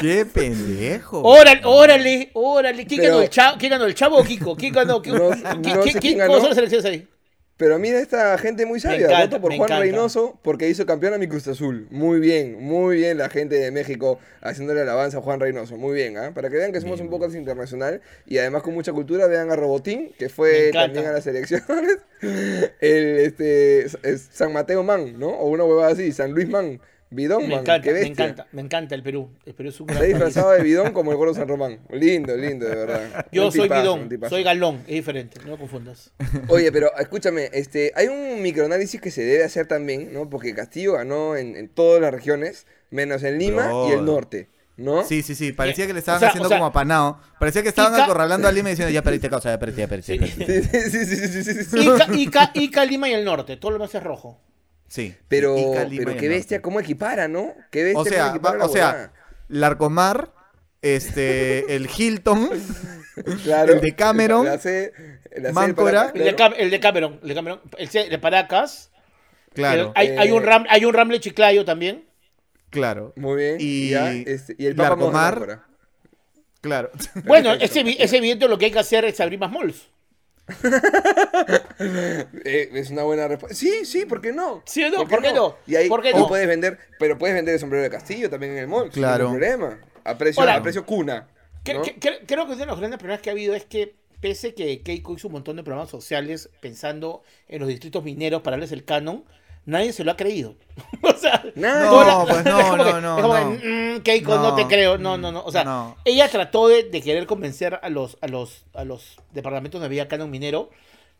Speaker 1: Qué pendejo.
Speaker 3: Órale, órale, órale. ¿Quién,
Speaker 2: Pero-
Speaker 3: ganó el chavo? ¿Quién ganó el chavo o Kiko? ¿Quién ganó? ¿Quién,
Speaker 2: No-
Speaker 3: ¿quién-
Speaker 2: no sé
Speaker 3: quién-
Speaker 2: quién
Speaker 3: ¿Cómo
Speaker 2: ganó.
Speaker 3: son las elecciones ahí?
Speaker 2: Pero mira esta gente muy sabia.
Speaker 3: encanta,
Speaker 2: Voto por
Speaker 3: me
Speaker 2: Juan
Speaker 3: encanta.
Speaker 2: Reynoso porque hizo campeón a mi Cruz Azul. Muy bien, muy bien la gente de México haciéndole alabanza a Juan Reynoso. Muy bien, ¿ah? Para que vean que somos un podcast internacional y además con mucha cultura, vean a Robotín, que
Speaker 3: Me
Speaker 2: fue
Speaker 3: encanta.
Speaker 2: también a las elecciones. El este es- es San Mateo Man, ¿no? O una huevada así, San Luis Man, Bidón
Speaker 3: Me
Speaker 2: Man,
Speaker 3: encanta,
Speaker 2: qué
Speaker 3: me
Speaker 2: bestia.
Speaker 3: encanta, me encanta el Perú. El Perú es un gran
Speaker 2: Está
Speaker 3: país.
Speaker 2: disfrazado de bidón como el gordo San Román. Lindo, lindo, de verdad.
Speaker 3: Yo
Speaker 2: Un
Speaker 3: soy
Speaker 2: tipazo,
Speaker 3: bidón,
Speaker 2: un tipazo.
Speaker 3: soy galón, es diferente, no confundas.
Speaker 2: Oye, pero escúchame, este, hay un microanálisis que se debe hacer también, ¿no? Porque Castillo ganó en, en todas las regiones, menos en Lima
Speaker 1: Bro.
Speaker 2: y el norte, ¿no?
Speaker 1: Sí, sí, sí. Parecía que le estaban
Speaker 3: O sea,
Speaker 1: haciendo
Speaker 3: o sea-
Speaker 1: como apanado. Parecía que estaban
Speaker 3: Ica-
Speaker 1: acorralando a Lima y diciendo, ya perdiste causa, ya perdiste, ya perdiste. ya perdiste".
Speaker 2: Sí, sí, sí, sí, sí, sí, sí, sí.
Speaker 3: Ica, Ica, Ica, Lima y el norte, todo lo demás es rojo.
Speaker 1: Sí.
Speaker 2: Pero,
Speaker 1: Ica, Lima
Speaker 2: pero
Speaker 1: y
Speaker 2: qué
Speaker 1: el
Speaker 2: bestia,
Speaker 1: norte.
Speaker 2: cómo equipara, ¿no? Qué bestia
Speaker 1: O
Speaker 2: cómo
Speaker 1: sea,
Speaker 2: equipara
Speaker 1: va-
Speaker 2: la
Speaker 1: o sea,
Speaker 2: huevada.
Speaker 1: Larcomar, este, el Hilton,
Speaker 2: claro,
Speaker 1: el de Cameron,
Speaker 2: la C- la C de
Speaker 1: Máncora.
Speaker 2: Paracas,
Speaker 3: El de,
Speaker 2: claro.
Speaker 3: Cam- el de Cameron, el de Cameron, el C- de Paracas.
Speaker 1: claro,
Speaker 3: el- hay, hay un
Speaker 2: Eh.
Speaker 3: ram, hay un Ramle Chiclayo también.
Speaker 1: claro,
Speaker 2: Muy bien. Y,
Speaker 1: Y-
Speaker 2: ya, este, y el Papa Mono
Speaker 1: Larcomar.
Speaker 2: Máncora.
Speaker 1: claro.
Speaker 3: Bueno, es, evi- es evidente lo que hay que hacer es abrir más malls.
Speaker 2: Eh, es una buena respuesta. Sí, sí, ¿por qué no?
Speaker 3: Sí, no, ¿por qué no?
Speaker 2: Y ahí
Speaker 3: ¿Por qué
Speaker 2: o
Speaker 3: no?
Speaker 2: puedes vender, pero puedes vender el sombrero de Castillo también en el mall. sin
Speaker 1: Claro.
Speaker 2: ningún problema. A precio,
Speaker 3: Ahora-
Speaker 2: a precio cuna.
Speaker 3: Cre-
Speaker 2: ¿no?
Speaker 3: cre- cre- Creo que uno de los grandes problemas que ha habido es que, pese que Keiko hizo un montón de programas sociales pensando en los distritos mineros para darles el canon, nadie se lo ha creído. o sea,
Speaker 2: Nada.
Speaker 3: toda
Speaker 1: No, pues no,
Speaker 3: es como que-
Speaker 1: no, no,
Speaker 3: es como que,
Speaker 1: no.
Speaker 3: "Mm, Keiko, no.
Speaker 1: No.
Speaker 3: te creo. No, no, no. O sea,
Speaker 1: No.
Speaker 3: ella trató de, de querer convencer a los, a los, a los departamentos donde había canon minero,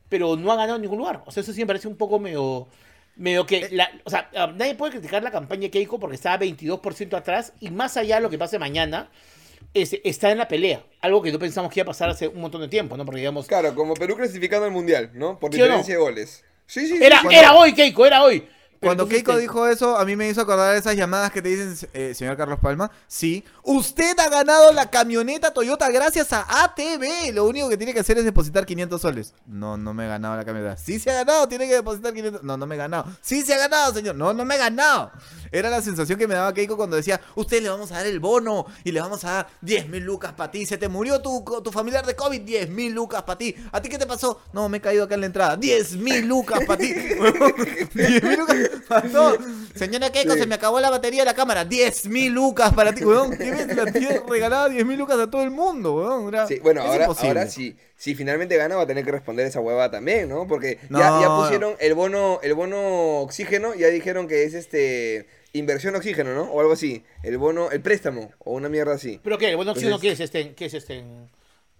Speaker 3: pero no ha ganado en ningún lugar. O sea, eso sí me parece un poco medio. Medio
Speaker 1: Eh.
Speaker 3: que, la- o sea, ah, nadie puede criticar la campaña de Keiko porque está 22% atrás y más allá de lo que pase mañana, este, está en la pelea. Algo que no pensamos que iba a pasar hace un montón de tiempo, ¿no? Porque digamos.
Speaker 2: Claro, como Perú clasificando al mundial, ¿no? Por
Speaker 3: ¿Sí o no?
Speaker 2: diferencia de goles. Sí, sí, sí,
Speaker 3: Era,
Speaker 2: cuando-
Speaker 3: era hoy, Keiko, era hoy. Pero
Speaker 1: Cuando
Speaker 3: entonces,
Speaker 1: Keiko
Speaker 3: este,
Speaker 1: dijo eso, a mí me hizo acordar esas llamadas que te dicen, eh, señor Carlos Palma, sí, usted ha ganado la camioneta Toyota gracias a ATV, lo único que tiene que hacer es depositar 500 soles. No, no me he ganado la camioneta. Sí se ha ganado, tiene que depositar 500. No, no me he ganado. Sí se ha ganado, señor. No, no me he ganado. Era la sensación que me daba Keiko cuando decía, usted le vamos a dar el bono y le vamos a dar 10 mil lucas para ti. Se te murió tu, tu familiar de COVID, 10 mil lucas para ti. ¿A ti qué te pasó? No, me he caído acá en la entrada. 10 mil lucas para ti. 10 mil lucas para todo. Señora Keiko,
Speaker 2: Sí.
Speaker 1: se me acabó la batería de la cámara. 10 mil lucas para ti, weón. ¿Qué ves? La tía regalaba 10 mil lucas a todo el mundo, weón. Era-
Speaker 2: Sí, bueno,
Speaker 1: es
Speaker 2: ahora,
Speaker 1: imposible.
Speaker 2: ahora sí, si finalmente gana va a tener que responder esa huevada también, ¿no? Porque ya- ya,
Speaker 1: No, no.
Speaker 2: pusieron el bono, el bono oxígeno, ya dijeron que es este inversión oxígeno, ¿no? O algo así. El bono, el préstamo, o una mierda así.
Speaker 3: ¿Pero qué? Bueno, oxígeno,
Speaker 2: Entonces-
Speaker 3: ¿qué es este? ¿Qué es este?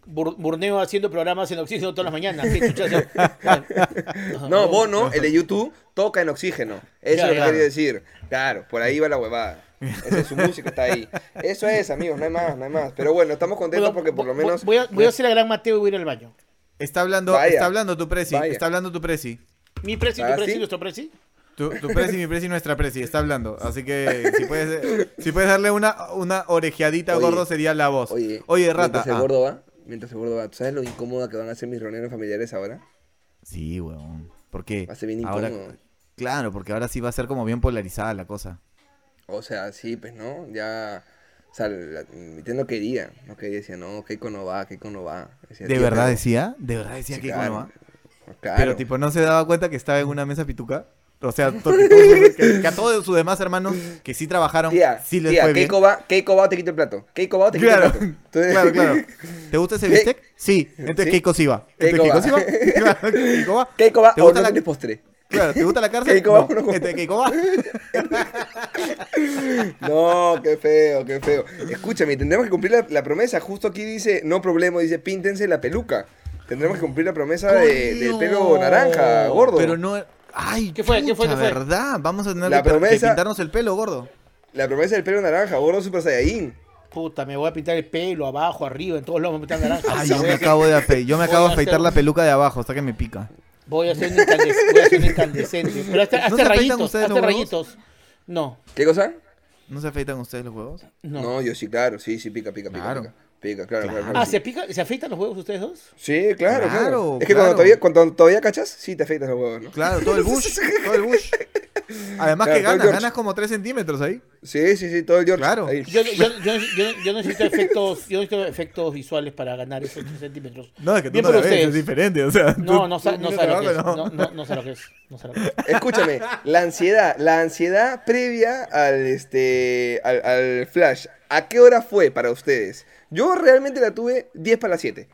Speaker 3: Bur- Burneo haciendo programas en oxígeno todas las mañanas. ¿Qué chucha es eso? Bueno. Ajá.
Speaker 2: No, bono, el de YouTube, toca en oxígeno. Eso
Speaker 3: Ya,
Speaker 2: es lo que
Speaker 3: claro.
Speaker 2: quería decir. Claro, por ahí va la huevada. Esa es su música, está ahí. Eso es, amigos, no hay más, no hay más. Pero bueno, estamos contentos
Speaker 3: Bueno,
Speaker 2: porque por lo
Speaker 3: voy-
Speaker 2: menos.
Speaker 3: Voy a, voy a hacer el gran Mateo y voy a ir al baño.
Speaker 1: Está hablando,
Speaker 2: Vaya.
Speaker 1: está hablando tu presi,
Speaker 2: Vaya.
Speaker 1: está hablando tu presi.
Speaker 3: Mi presi, tu
Speaker 2: ¿Ah,
Speaker 3: presi,
Speaker 2: sí?
Speaker 3: nuestro presi.
Speaker 1: Tu, tu presi, mi presi, nuestra presi, está hablando. Así que si puedes, eh, si puedes darle una, una orejeadita
Speaker 2: Oye,
Speaker 1: gordo sería la voz. Oye, rata.
Speaker 2: Mientras el
Speaker 1: ah.
Speaker 2: gordo va, mientras el gordo va, ¿tú sabes lo incómoda que van a ser mis reuniones familiares ahora?
Speaker 1: Sí, weón. Porque
Speaker 2: Va a ser bien
Speaker 1: ahora,
Speaker 2: incómodo.
Speaker 1: claro, porque ahora sí va a ser como bien polarizada la cosa.
Speaker 2: O sea, sí, pues, ¿no? Ya. O sea, la, mi tía no quería. No quería, decía, no, Keiko no va, Keiko no va. Decía,
Speaker 1: ¿De
Speaker 2: "Tía,
Speaker 1: verdad
Speaker 2: pero-"
Speaker 1: decía? ¿De verdad decía
Speaker 2: Sí,
Speaker 1: que
Speaker 2: claro,
Speaker 1: Icono va?
Speaker 2: Claro.
Speaker 1: Pero tipo, no se daba cuenta que estaba en una mesa pituca. O sea, to- que, todos- que- que a todos sus demás hermanos que sí trabajaron,
Speaker 2: Tía,
Speaker 1: sí les
Speaker 2: tía,
Speaker 1: fue bien.
Speaker 2: Keiko va, Keiko va, te quito el plato. Keiko va, te quito
Speaker 1: Claro,
Speaker 2: el plato. Entonces-
Speaker 1: claro, claro. ¿Te gusta ese
Speaker 2: ¿Qué?
Speaker 1: bistec? Sí. Entonces
Speaker 2: ¿Sí?
Speaker 1: Keiko sí va.
Speaker 2: Keiko
Speaker 1: Entonces Keiko
Speaker 2: va.
Speaker 1: sí va. Claro, Keiko va.
Speaker 2: Keiko va,
Speaker 1: ¿Te
Speaker 2: o
Speaker 1: gusta
Speaker 2: no
Speaker 1: la-
Speaker 2: tienes postre.
Speaker 1: Claro, ¿te gusta la cárcel?
Speaker 2: Keiko va,
Speaker 1: No.
Speaker 2: uno como-
Speaker 1: Entonces Keiko va.
Speaker 2: No, qué feo, qué feo. Escúchame, tendremos que cumplir la, la promesa. Justo aquí dice, no problema, dice, píntense la peluca. Tendremos que cumplir la promesa de- del pelo naranja, gordo.
Speaker 1: Pero no... Ay,
Speaker 3: ¿Qué fue? ¿Qué fue?
Speaker 1: chucha,
Speaker 3: ¿Qué fue?
Speaker 1: verdad. Vamos a tener
Speaker 2: La
Speaker 1: que, per- que
Speaker 2: promesa-
Speaker 1: pintarnos el pelo, gordo.
Speaker 2: La promesa del pelo naranja, gordo super saiyajin.
Speaker 3: Puta, me voy a pintar el pelo, abajo, arriba, en todos lados me voy a pintar naranja.
Speaker 1: Ay,
Speaker 3: O
Speaker 1: yo
Speaker 3: sea, voy
Speaker 1: me
Speaker 3: a hacer-
Speaker 1: acabo de afe- yo me
Speaker 3: voy
Speaker 1: acabo
Speaker 3: a
Speaker 1: de afeitar
Speaker 3: hacer-
Speaker 1: la peluca de abajo hasta que me pica.
Speaker 3: Voy a hacer un incandescente. Voy a hacer un incandescente. Pero hasta, hasta
Speaker 1: se afeitan
Speaker 3: rayitos,
Speaker 1: ustedes los
Speaker 3: hasta
Speaker 1: huevos?
Speaker 3: rayitos. No,
Speaker 2: ¿Qué cosa?
Speaker 1: ¿No se afeitan ustedes los huevos?
Speaker 3: no.
Speaker 2: No. yo sí, claro, sí, sí, pica, pica, pica.
Speaker 1: Claro.
Speaker 2: Pica, pica, claro, claro.
Speaker 1: Claro.
Speaker 2: claro,
Speaker 3: Ah,
Speaker 2: sí.
Speaker 3: ¿se, pica, ¿se afeitan los huevos ustedes dos?
Speaker 2: Sí, claro, claro.
Speaker 1: Claro,
Speaker 2: Es que
Speaker 1: claro.
Speaker 2: cuando, todavía, cuando todavía cachas, sí te afeitas los huevos, ¿no?
Speaker 1: Claro, todo el bush, todo el bush. Además
Speaker 2: Claro,
Speaker 1: que ganas,
Speaker 2: George.
Speaker 1: ganas como 3 centímetros ahí.
Speaker 2: Sí, sí, sí, todo el George.
Speaker 1: Claro.
Speaker 2: ahí.
Speaker 3: Yo, yo- yo- yo- yo necesito efectos, yo necesito efectos visuales para ganar esos 3 centímetros.
Speaker 1: No, es que tú
Speaker 3: Bien
Speaker 1: no la
Speaker 3: por
Speaker 1: ves, es
Speaker 3: ustedes.
Speaker 1: diferente. O sea,
Speaker 3: No,
Speaker 1: tú-
Speaker 3: no,
Speaker 1: tú
Speaker 3: sa- no
Speaker 1: miras
Speaker 3: sabe lo que
Speaker 1: abajo, no.
Speaker 3: es. No, no, no sabe lo que es. No sabe lo que es.
Speaker 2: Escúchame, la ansiedad, la ansiedad previa al este al, al flash, ¿a qué hora fue para ustedes? Yo realmente la tuve 10 para las 7.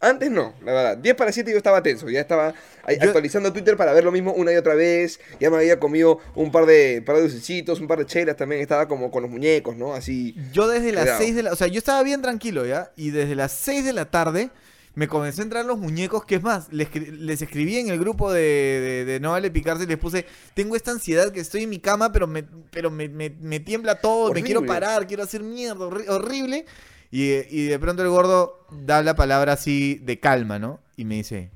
Speaker 2: Antes no, la verdad. 10 para las 7 yo estaba tenso, ya estaba ahí
Speaker 1: Yo-
Speaker 2: actualizando Twitter para ver lo mismo una y otra vez. Ya me había comido un par de un par de dulcecitos, un par de chelas también, estaba como con los muñecos, ¿no? Así.
Speaker 1: Yo desde las
Speaker 2: Cuidado.
Speaker 1: 6 de la... O sea, yo estaba bien tranquilo, ¿ya? Y desde las 6 de la tarde me comencé a entrar los muñecos, que es más, les, escri- les escribí en el grupo de, de- de No Vale Picarse y les puse, tengo esta ansiedad que estoy en mi cama, pero me, pero me, me- me tiembla todo, me quiero
Speaker 2: Horrible.
Speaker 1: parar, quiero hacer mierda, horri- horrible. Y, eh, y de pronto el gordo da la palabra así de calma, ¿no? Y me dice,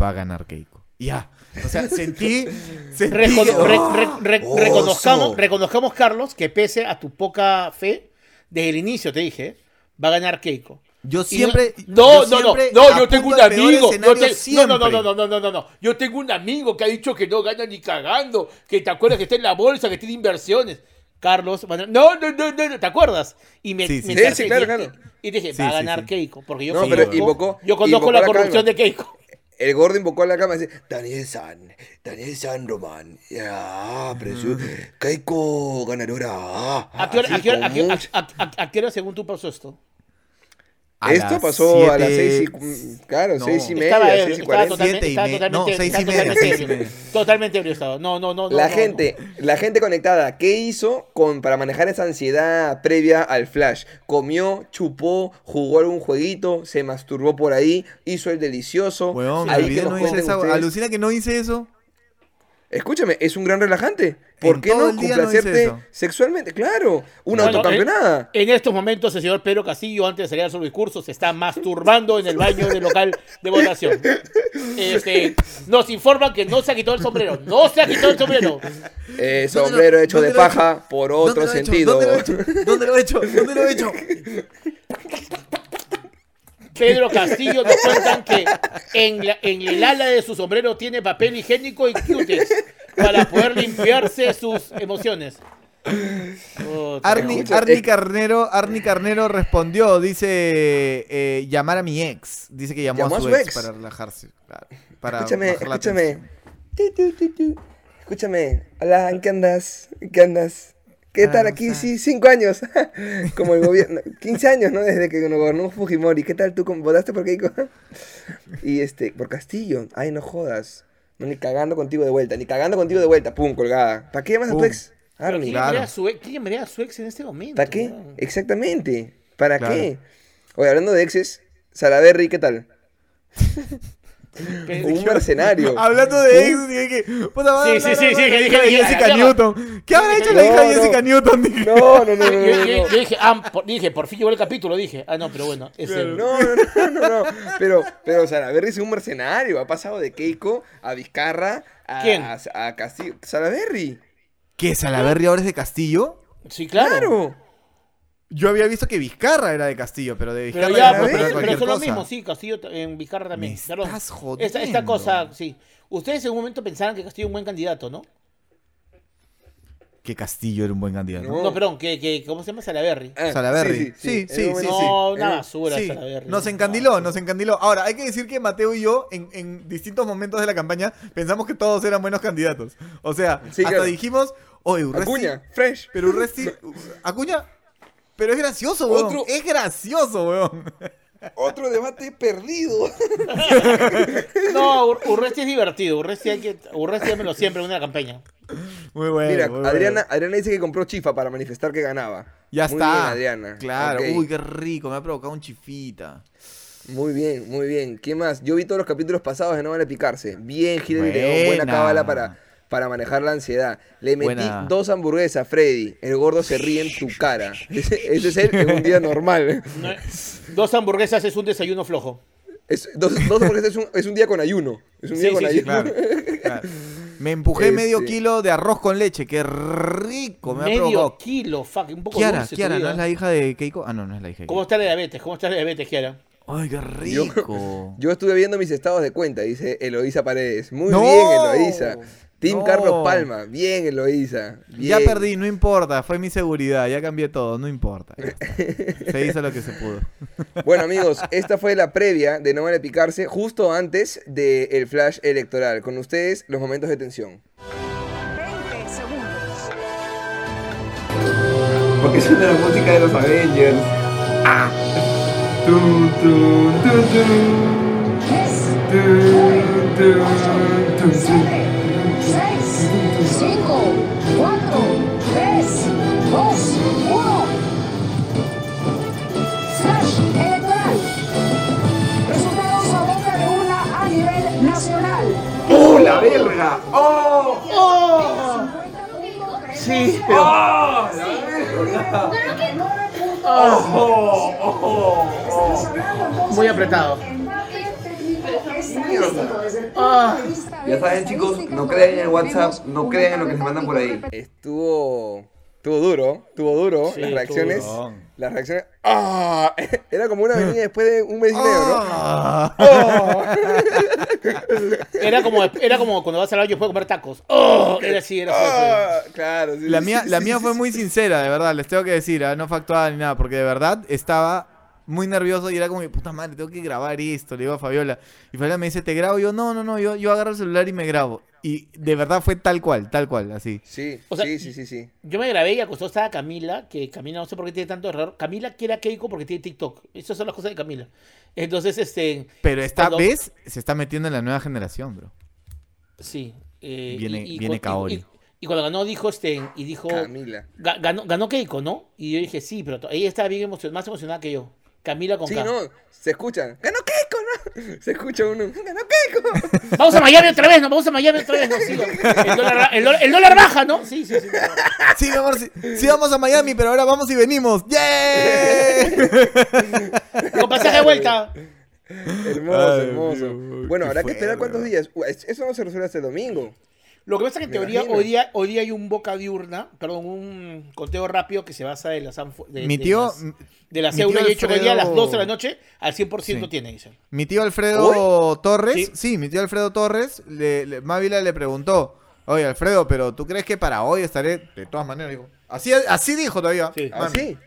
Speaker 1: va a ganar Keiko. Y Ya. O sea, sentí... sentí
Speaker 3: Recono-
Speaker 1: que-
Speaker 3: re-
Speaker 1: ¡Oh!
Speaker 3: re- re-
Speaker 1: ¡Oh,
Speaker 3: reconozcamos,
Speaker 1: so!
Speaker 3: reconozcamos, Carlos, que pese a tu poca fe, desde el inicio te dije, va a ganar Keiko.
Speaker 1: Yo
Speaker 3: Y no-
Speaker 1: siempre...
Speaker 3: No,
Speaker 1: yo
Speaker 3: no, no,
Speaker 1: siempre
Speaker 3: no, yo tengo
Speaker 1: apunto
Speaker 3: un
Speaker 1: al peor
Speaker 3: amigo. yo
Speaker 1: escenario
Speaker 3: te- no, no, no,
Speaker 1: siempre.
Speaker 3: no, no, no, no, no, no. Yo tengo un amigo que ha dicho que no gana ni cagando, que te acuerdas que está en la bolsa, que tiene inversiones. Carlos, va a ganar- no, no, no, no, no, ¿te acuerdas? Y me,
Speaker 1: Sí, sí.
Speaker 3: me
Speaker 1: Sí,
Speaker 3: encargué,
Speaker 2: sí, claro,
Speaker 3: y-
Speaker 2: claro.
Speaker 3: Y dije,
Speaker 1: Sí,
Speaker 3: va a
Speaker 1: sí,
Speaker 3: ganar
Speaker 1: sí.
Speaker 3: Keiko, porque yo
Speaker 2: No,
Speaker 3: conozco,
Speaker 1: pero
Speaker 2: invocó-
Speaker 3: yo conozco
Speaker 2: invocó
Speaker 3: la
Speaker 2: la calma.
Speaker 3: corrupción de Keiko.
Speaker 2: El gordo invocó a la cama y dice, Daniel San, Daniel San Román. Ah, precio-
Speaker 1: Mm.
Speaker 2: Keiko ganadora. Ah,
Speaker 3: ¿A qué hora-
Speaker 2: así
Speaker 3: a qué hora- a
Speaker 2: con
Speaker 3: qué-
Speaker 2: mucho-
Speaker 3: a- a- a- a qué hora, según tú, pasó esto?
Speaker 1: A
Speaker 2: Esto
Speaker 1: las
Speaker 2: pasó a las
Speaker 1: siete-
Speaker 2: seis y cu- claro,
Speaker 1: No.
Speaker 2: seis y media,
Speaker 3: Estaba ebrio,
Speaker 2: seis y
Speaker 3: estaba
Speaker 1: total-
Speaker 2: cuarenta.
Speaker 3: totalmente,
Speaker 1: Siete y
Speaker 3: estaba
Speaker 1: media.
Speaker 3: totalmente,
Speaker 1: No, seis y
Speaker 3: estaba
Speaker 1: media,
Speaker 3: totalmente
Speaker 1: seis y
Speaker 3: ebrio.
Speaker 1: media.
Speaker 3: Totalmente ebrio estaba. No, no, no, no.
Speaker 2: La
Speaker 3: no,
Speaker 2: gente, la gente conectada, ¿qué hizo con, para manejar esa ansiedad previa al flash? Comió, chupó, jugó algún jueguito, se masturbó por ahí, hizo el delicioso.
Speaker 1: Weón, me
Speaker 2: Ahí
Speaker 1: olvidé,
Speaker 2: que nos
Speaker 1: no hice
Speaker 2: cuenten
Speaker 1: esa-
Speaker 2: ustedes.
Speaker 1: Alucina que no hice eso.
Speaker 2: Escúchame, es un gran relajante. ¿Por
Speaker 1: En
Speaker 2: qué
Speaker 1: todo
Speaker 2: no
Speaker 1: el día no hice
Speaker 2: complacerte
Speaker 1: eso.
Speaker 2: sexualmente? Claro,
Speaker 3: Bueno,
Speaker 2: una
Speaker 3: eh,
Speaker 2: autocampeonada.
Speaker 3: En estos momentos, el señor Pedro Castillo, antes de salir a su discurso, se está masturbando en el baño del local de votación. Este, nos informan que no se ha quitado el sombrero. No se ha quitado el sombrero.
Speaker 2: Eh,
Speaker 1: ¿Dónde lo-
Speaker 2: sombrero hecho
Speaker 1: dónde
Speaker 2: de
Speaker 1: lo he
Speaker 2: paja por otro
Speaker 1: ¿Dónde lo he hecho?
Speaker 2: sentido.
Speaker 1: ¿Dónde lo he hecho? ¿Dónde lo he hecho? ¿Dónde lo he hecho?
Speaker 3: Pedro Castillo nos cuentan que en, la- en el ala de su sombrero tiene papel higiénico y cutex para poder limpiarse sus emociones. Puta,
Speaker 1: Arni,
Speaker 2: Escucha,
Speaker 1: Arni
Speaker 2: es-
Speaker 1: Carnero, Arni Carnero respondió, dice eh, llamar a mi ex. Dice que llamó, a su, ex, para relajarse. claro, para
Speaker 2: Escúchame,
Speaker 1: bajar la
Speaker 2: escúchame.
Speaker 1: tensión.
Speaker 2: Tu, tu, tu, tu. Escúchame. Hola, ¿en qué andas? ¿En qué andas? ¿Qué
Speaker 1: Ah,
Speaker 2: tal
Speaker 1: no
Speaker 2: aquí?
Speaker 1: está.
Speaker 2: Sí, cinco años. Como el gobierno. 15 años, ¿no? Desde que nos gobernó Fujimori. ¿Qué tal tú? ¿Cómo- ¿Votaste por Keiko? y este, por Castillo. Ay, no jodas. No, ni cagando contigo de vuelta. Ni cagando contigo de vuelta. Pum, colgada. ¿Para qué llamas a tu
Speaker 1: Pum.
Speaker 2: ex?
Speaker 3: Pero
Speaker 2: Arnie.
Speaker 3: ¿Quién
Speaker 1: Claro.
Speaker 3: llamaría a su ex- quién llamaría a su ex en este momento?
Speaker 2: ¿Para qué?
Speaker 3: weón?
Speaker 2: Exactamente. ¿Para
Speaker 1: Claro.
Speaker 2: qué? Oye, hablando de exes, Salaberry, ¿qué tal?
Speaker 1: Eh,
Speaker 3: Pe-
Speaker 2: Un mercenario.
Speaker 1: Hablando de ex, dije que. Puta, va a
Speaker 3: Sí, sí,
Speaker 1: hablar
Speaker 3: sí,
Speaker 1: ahora
Speaker 3: sí,
Speaker 1: la
Speaker 3: que
Speaker 1: hija
Speaker 3: dije
Speaker 1: de
Speaker 3: que la
Speaker 1: Jessica
Speaker 3: mierda.
Speaker 1: Newton. ¿Qué habrá hecho la hija
Speaker 2: No,
Speaker 1: de
Speaker 2: no.
Speaker 1: Jessica Newton? Dije.
Speaker 2: No, no, no, no,
Speaker 3: Yo,
Speaker 2: no,
Speaker 3: yo-
Speaker 2: no.
Speaker 3: yo dije, ah, por, dije, por fin llegó el capítulo, dije. Ah, no, pero bueno. Es el-
Speaker 2: No, no, no, no, no. Pero, pero Salaverry es un mercenario. Ha pasado de Keiko a Vizcarra a,
Speaker 3: ¿Quién?
Speaker 2: a, a Castillo. Salaverry.
Speaker 1: ¿Qué? ¿Salaverry ahora es de Castillo?
Speaker 3: Sí, claro.
Speaker 2: Claro.
Speaker 1: Yo había visto que Vizcarra era de Castillo, pero de Vizcarra
Speaker 3: Pero ya,
Speaker 1: era
Speaker 3: pues,
Speaker 2: ver,
Speaker 3: pero, pero
Speaker 1: cualquier
Speaker 3: son lo
Speaker 1: cosa.
Speaker 3: mismo, sí, Castillo ta- en Vizcarra también.
Speaker 1: Me
Speaker 3: Perdón.
Speaker 1: estás
Speaker 3: Esta,
Speaker 1: jodiendo.
Speaker 3: esta cosa, sí. Ustedes en un momento pensaban que Castillo era un buen candidato, ¿no?
Speaker 1: Que Castillo era un buen candidato.
Speaker 2: No.
Speaker 3: No, perdón, que, que ¿cómo se llama Salaberry?
Speaker 2: Ah,
Speaker 1: Salaverry. Sí, sí,
Speaker 2: En un
Speaker 1: sí, sí. Eh,
Speaker 2: momento-
Speaker 3: No, una
Speaker 2: en un-
Speaker 3: basura
Speaker 1: Sí,
Speaker 3: Salaverry.
Speaker 1: nos encandiló, nos encandiló. Ahora, hay que decir que Mateo y yo, en, en distintos momentos de la campaña, pensamos que todos eran buenos candidatos. O sea,
Speaker 2: Sí,
Speaker 1: hasta
Speaker 2: claro.
Speaker 1: dijimos, oye, Urresti.
Speaker 2: Acuña, Fresh.
Speaker 1: Pero Urresti. Acuña. Pero es gracioso, weón.
Speaker 2: Otro-
Speaker 1: Es gracioso, weón.
Speaker 2: Otro debate perdido.
Speaker 3: No, Ur- Urresti es divertido. Urresti, hay que, Urresti dámelo siempre en una campaña.
Speaker 1: Muy bueno.
Speaker 2: Mira,
Speaker 1: muy bueno.
Speaker 2: Adriana, Adriana dice que compró chifa para manifestar que ganaba.
Speaker 1: Ya
Speaker 2: Muy
Speaker 1: está.
Speaker 2: bien, Adriana.
Speaker 1: Claro.
Speaker 2: Ok.
Speaker 1: Uy, qué rico. Me ha provocado un chifita.
Speaker 2: Muy bien, muy bien. ¿Qué más? Yo vi todos los capítulos pasados de No Vale Picarse. Bien, Gil de León, buena
Speaker 1: Buena.
Speaker 2: cábala para, para manejar la ansiedad. Le metí
Speaker 1: Buena.
Speaker 2: dos hamburguesas, Freddy. El gordo se ríe en tu cara. Ese, ese es él en un día normal.
Speaker 3: No es- Dos hamburguesas es un desayuno flojo.
Speaker 2: Es- dos, dos hamburguesas es un, es un día con ayuno. Es un día
Speaker 3: Sí,
Speaker 2: con
Speaker 3: sí, sí,
Speaker 2: ayuno.
Speaker 1: Claro. claro. Me empujé
Speaker 2: Este-
Speaker 1: medio kilo de arroz con leche. Qué rico. Me ha
Speaker 3: Medio
Speaker 1: provocado.
Speaker 3: kilo, fuck, un poco
Speaker 1: Kiara,
Speaker 3: dulce tu
Speaker 1: Kiara, ¿no
Speaker 3: vida.
Speaker 1: es la hija de Keiko? Ah, no, no es la hija de
Speaker 3: ¿Cómo
Speaker 1: Keiko.
Speaker 3: está la diabetes? ¿Cómo está la diabetes, Kiara?
Speaker 1: Ay, qué
Speaker 2: Yo-
Speaker 1: rico.
Speaker 2: Yo estuve viendo mis estados de cuenta, dice Eloísa Paredes. Muy
Speaker 1: ¡No!
Speaker 2: bien, Eloísa. Team
Speaker 1: No.
Speaker 2: Carlos Palma. Bien, Eloisa.
Speaker 1: Ya
Speaker 2: bien.
Speaker 1: perdí, no importa, fue mi seguridad, ya cambié todo, no importa. ya está. Se hizo lo que se pudo.
Speaker 2: Bueno, amigos, esta fue la previa de No Vale Picarse justo antes del flash electoral. Con ustedes, los momentos de tensión.
Speaker 8: 20 segundos.
Speaker 2: Porque suena la música de los Avengers. Ah. Tun, tun, tun, tun.
Speaker 8: 3,
Speaker 2: Tun, tun, tun, tun.
Speaker 8: 7, 6, 5, 4, 3, 2, 1. Slash electoral. Resultados a boca de urna a nivel nacional.
Speaker 2: ¡Oh, la verga! ¡Oh!
Speaker 8: Sí,
Speaker 5: pero-
Speaker 2: ¡Oh! ¡Oh!
Speaker 5: Muy apretado.
Speaker 8: Ya saben chicos, no crean en el WhatsApp, no crean en lo que se mandan por ahí.
Speaker 2: Estuvo. Estuvo duro, estuvo duro.
Speaker 3: Sí,
Speaker 2: las
Speaker 3: estuvo
Speaker 2: reacciones.
Speaker 1: duro.
Speaker 2: Las reacciones. ¡Ah! Era como una avenida después de un mes y medio, ¿no?
Speaker 1: Ah.
Speaker 3: Era como, era como cuando vas al baño después de comer tacos. ¡Oh! Era así, era así. era así.
Speaker 2: Ah, claro, sí,
Speaker 1: La
Speaker 2: sí,
Speaker 1: mía,
Speaker 2: sí,
Speaker 1: la
Speaker 2: sí,
Speaker 1: mía
Speaker 2: sí,
Speaker 1: fue
Speaker 2: sí.
Speaker 1: muy sincera, de verdad, les tengo que decir, ah, no factuada ni nada, porque de verdad estaba muy nervioso y era como, puta madre, tengo que grabar esto, le digo a Fabiola. Y Fabiola me dice, ¿te grabo? Y yo, no, no, no, yo, yo agarro el celular y me grabo. Y de verdad fue tal cual, tal cual, así.
Speaker 2: Sí,
Speaker 3: O sea,
Speaker 2: sí, sí, sí, sí.
Speaker 3: Yo me grabé y acostó estaba Camila, que Camila no sé por qué tiene tanto error. Camila quiere a Keiko porque tiene TikTok. Esas son las cosas de Camila. Entonces, este.
Speaker 1: Pero esta
Speaker 3: Cuando-
Speaker 1: vez se está metiendo en la nueva generación, bro.
Speaker 3: Sí. eh,
Speaker 1: Viene-
Speaker 3: y, y-
Speaker 1: viene
Speaker 3: y-
Speaker 1: Kaori.
Speaker 3: Y, y cuando ganó, dijo este. Y dijo.
Speaker 2: Camila.
Speaker 3: ga- ganó, ganó Keiko, ¿no? Y yo dije, sí, pero to- ella estaba bien emocionada, más emocionada que yo. Camila con
Speaker 2: Sí,
Speaker 3: K.
Speaker 2: no, se escuchan. ¡Ganó Keiko! ¿no? Se escucha uno. ¡Ganó Keiko!
Speaker 3: Vamos a Miami otra vez, ¿no? Vamos a Miami otra vez, ¿no? Sí, el, dólar, ra- el dólar- el dólar baja, ¿no? Sí, sí, sí.
Speaker 1: Sí, mi amor, sí, sí vamos a Miami, pero ahora vamos y venimos. ¡Yeah!
Speaker 3: Con pasaje de vuelta.
Speaker 2: hermoso,
Speaker 1: Ay,
Speaker 2: hermoso.
Speaker 1: Dios,
Speaker 2: bueno,
Speaker 1: qué
Speaker 2: habrá que esperar
Speaker 1: fuerte,
Speaker 2: cuántos
Speaker 1: bro.
Speaker 2: días. Ua, es- Eso no se resuelve hasta el domingo.
Speaker 3: Lo que pasa es que en
Speaker 2: Me
Speaker 3: teoría
Speaker 2: imagino.
Speaker 3: hoy día, hoy día hay un boca diurna, perdón, un conteo rápido que se basa en las anfo- de,
Speaker 1: Mi
Speaker 3: de
Speaker 1: tío-
Speaker 3: las- de las
Speaker 1: mi tío
Speaker 3: euros y he dicho que hoy día a las
Speaker 1: Alfredo-
Speaker 3: 12 de la noche al 100%
Speaker 1: Sí.
Speaker 3: tiene, dice.
Speaker 1: Mi tío Alfredo Torres,
Speaker 3: Sí.
Speaker 1: sí. mi tío Alfredo Torres, le, le- Mávila le preguntó, oye Alfredo, pero ¿tú crees que para hoy estaré? De todas maneras, dijo. Así, así dijo todavía.
Speaker 3: Sí.
Speaker 1: Mami,
Speaker 2: Así.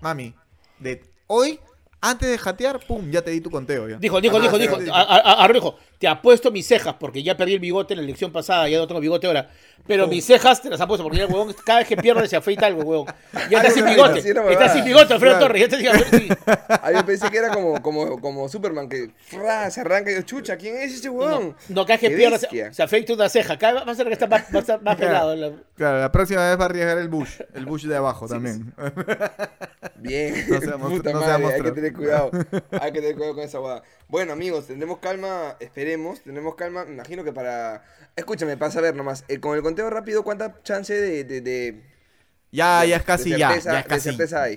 Speaker 1: mami, de hoy, antes de jatear, pum, ya te di tu conteo. Ya.
Speaker 3: Dijo, dijo,
Speaker 1: Ah,
Speaker 3: dijo,
Speaker 1: sí,
Speaker 3: dijo.
Speaker 1: sí, sí.
Speaker 3: a- a- Arroyo dijo, te apuesto mis cejas porque ya perdí el bigote en la elección pasada, ya no tengo bigote ahora. Pero mis cejas te las apuesto porque ya, el huevón, cada vez que pierde se afeita algo, huevón. Ya
Speaker 2: Algo
Speaker 3: está sin
Speaker 2: se
Speaker 3: bigote.
Speaker 2: afeita, Ah, sí, era
Speaker 3: Está
Speaker 2: huevada.
Speaker 3: sin bigote, Alfredo
Speaker 1: Claro.
Speaker 3: Torres. Ya está sin bigote. sí.
Speaker 2: Ahí Ah, yo pensé que era como, como, como Superman que fra, se arranca y yo, chucha, ¿quién es ese
Speaker 3: No,
Speaker 2: huevón?
Speaker 3: no, cada vez que
Speaker 2: Qué
Speaker 3: pierda se,
Speaker 2: bestia.
Speaker 3: se afeita una ceja. Cada vez va a ser que está más, va a estar más pelado. la-
Speaker 1: Claro, la próxima vez va a arriesgar el bush, el bush de abajo también.
Speaker 2: Bien,
Speaker 1: No seamos-
Speaker 2: puta
Speaker 1: no
Speaker 2: madre,
Speaker 1: seamos
Speaker 2: hay que
Speaker 1: tro-
Speaker 2: tener cuidado. Hay que tener cuidado con esa guada. Bueno, amigos, tendremos calma, esperemos, tendremos calma. Me imagino que para. Escúchame, para saber nomás, eh, con el conteo rápido, ¿cuánta chance de. de, de
Speaker 1: Ah, ya, ya es
Speaker 2: de
Speaker 1: casi ya,
Speaker 2: certeza-
Speaker 1: ya es
Speaker 2: de
Speaker 1: casi.
Speaker 2: certeza hay?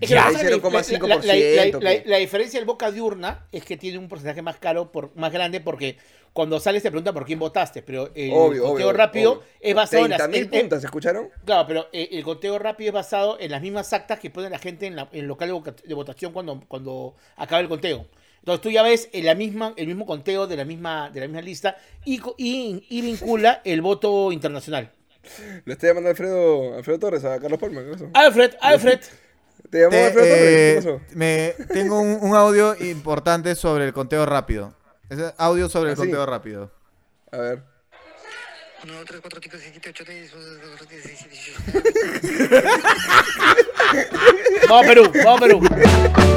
Speaker 3: Es que
Speaker 2: Ya.
Speaker 3: lo que pasa
Speaker 2: Hay
Speaker 3: es que la- la- la-
Speaker 2: 0,5%,
Speaker 3: la- la-
Speaker 2: pues.
Speaker 3: la diferencia del Boca Diurna es que tiene un porcentaje más caro, por, más grande, porque cuando sales te preguntan por quién votaste, pero el
Speaker 2: Obvio,
Speaker 3: conteo
Speaker 2: obvio,
Speaker 3: rápido
Speaker 2: obvio.
Speaker 3: es basado en las...
Speaker 2: 30.000
Speaker 3: en- en-
Speaker 2: puntas, ¿escucharon?
Speaker 3: claro, pero eh, el conteo rápido es basado en las mismas actas que pone la gente en, la- en el local de, voca- de votación cuando, cuando acaba el conteo. Entonces tú ya ves en la misma, el mismo conteo de la misma, de la misma lista y, co- y- y vincula el voto internacional.
Speaker 2: Le estoy llamando a Alfredo, Alfredo Torres, a Carlos Palma, ¿qué pasó?
Speaker 3: Alfred, Alfred.
Speaker 2: ¿Te llamó
Speaker 1: Te-
Speaker 2: Alfredo
Speaker 1: eh,
Speaker 2: Torres? ¿Qué pasó?
Speaker 1: me, tengo un, un audio importante sobre el conteo rápido. Ese audio sobre el
Speaker 2: ¿Ah, sí?
Speaker 1: conteo rápido.
Speaker 2: A ver.
Speaker 9: 1, 2, 3, 4, 5, 6, 7, 8, 9, 10, 11, 12, 13, 16, 17,
Speaker 3: Vamos Perú, vamos Perú.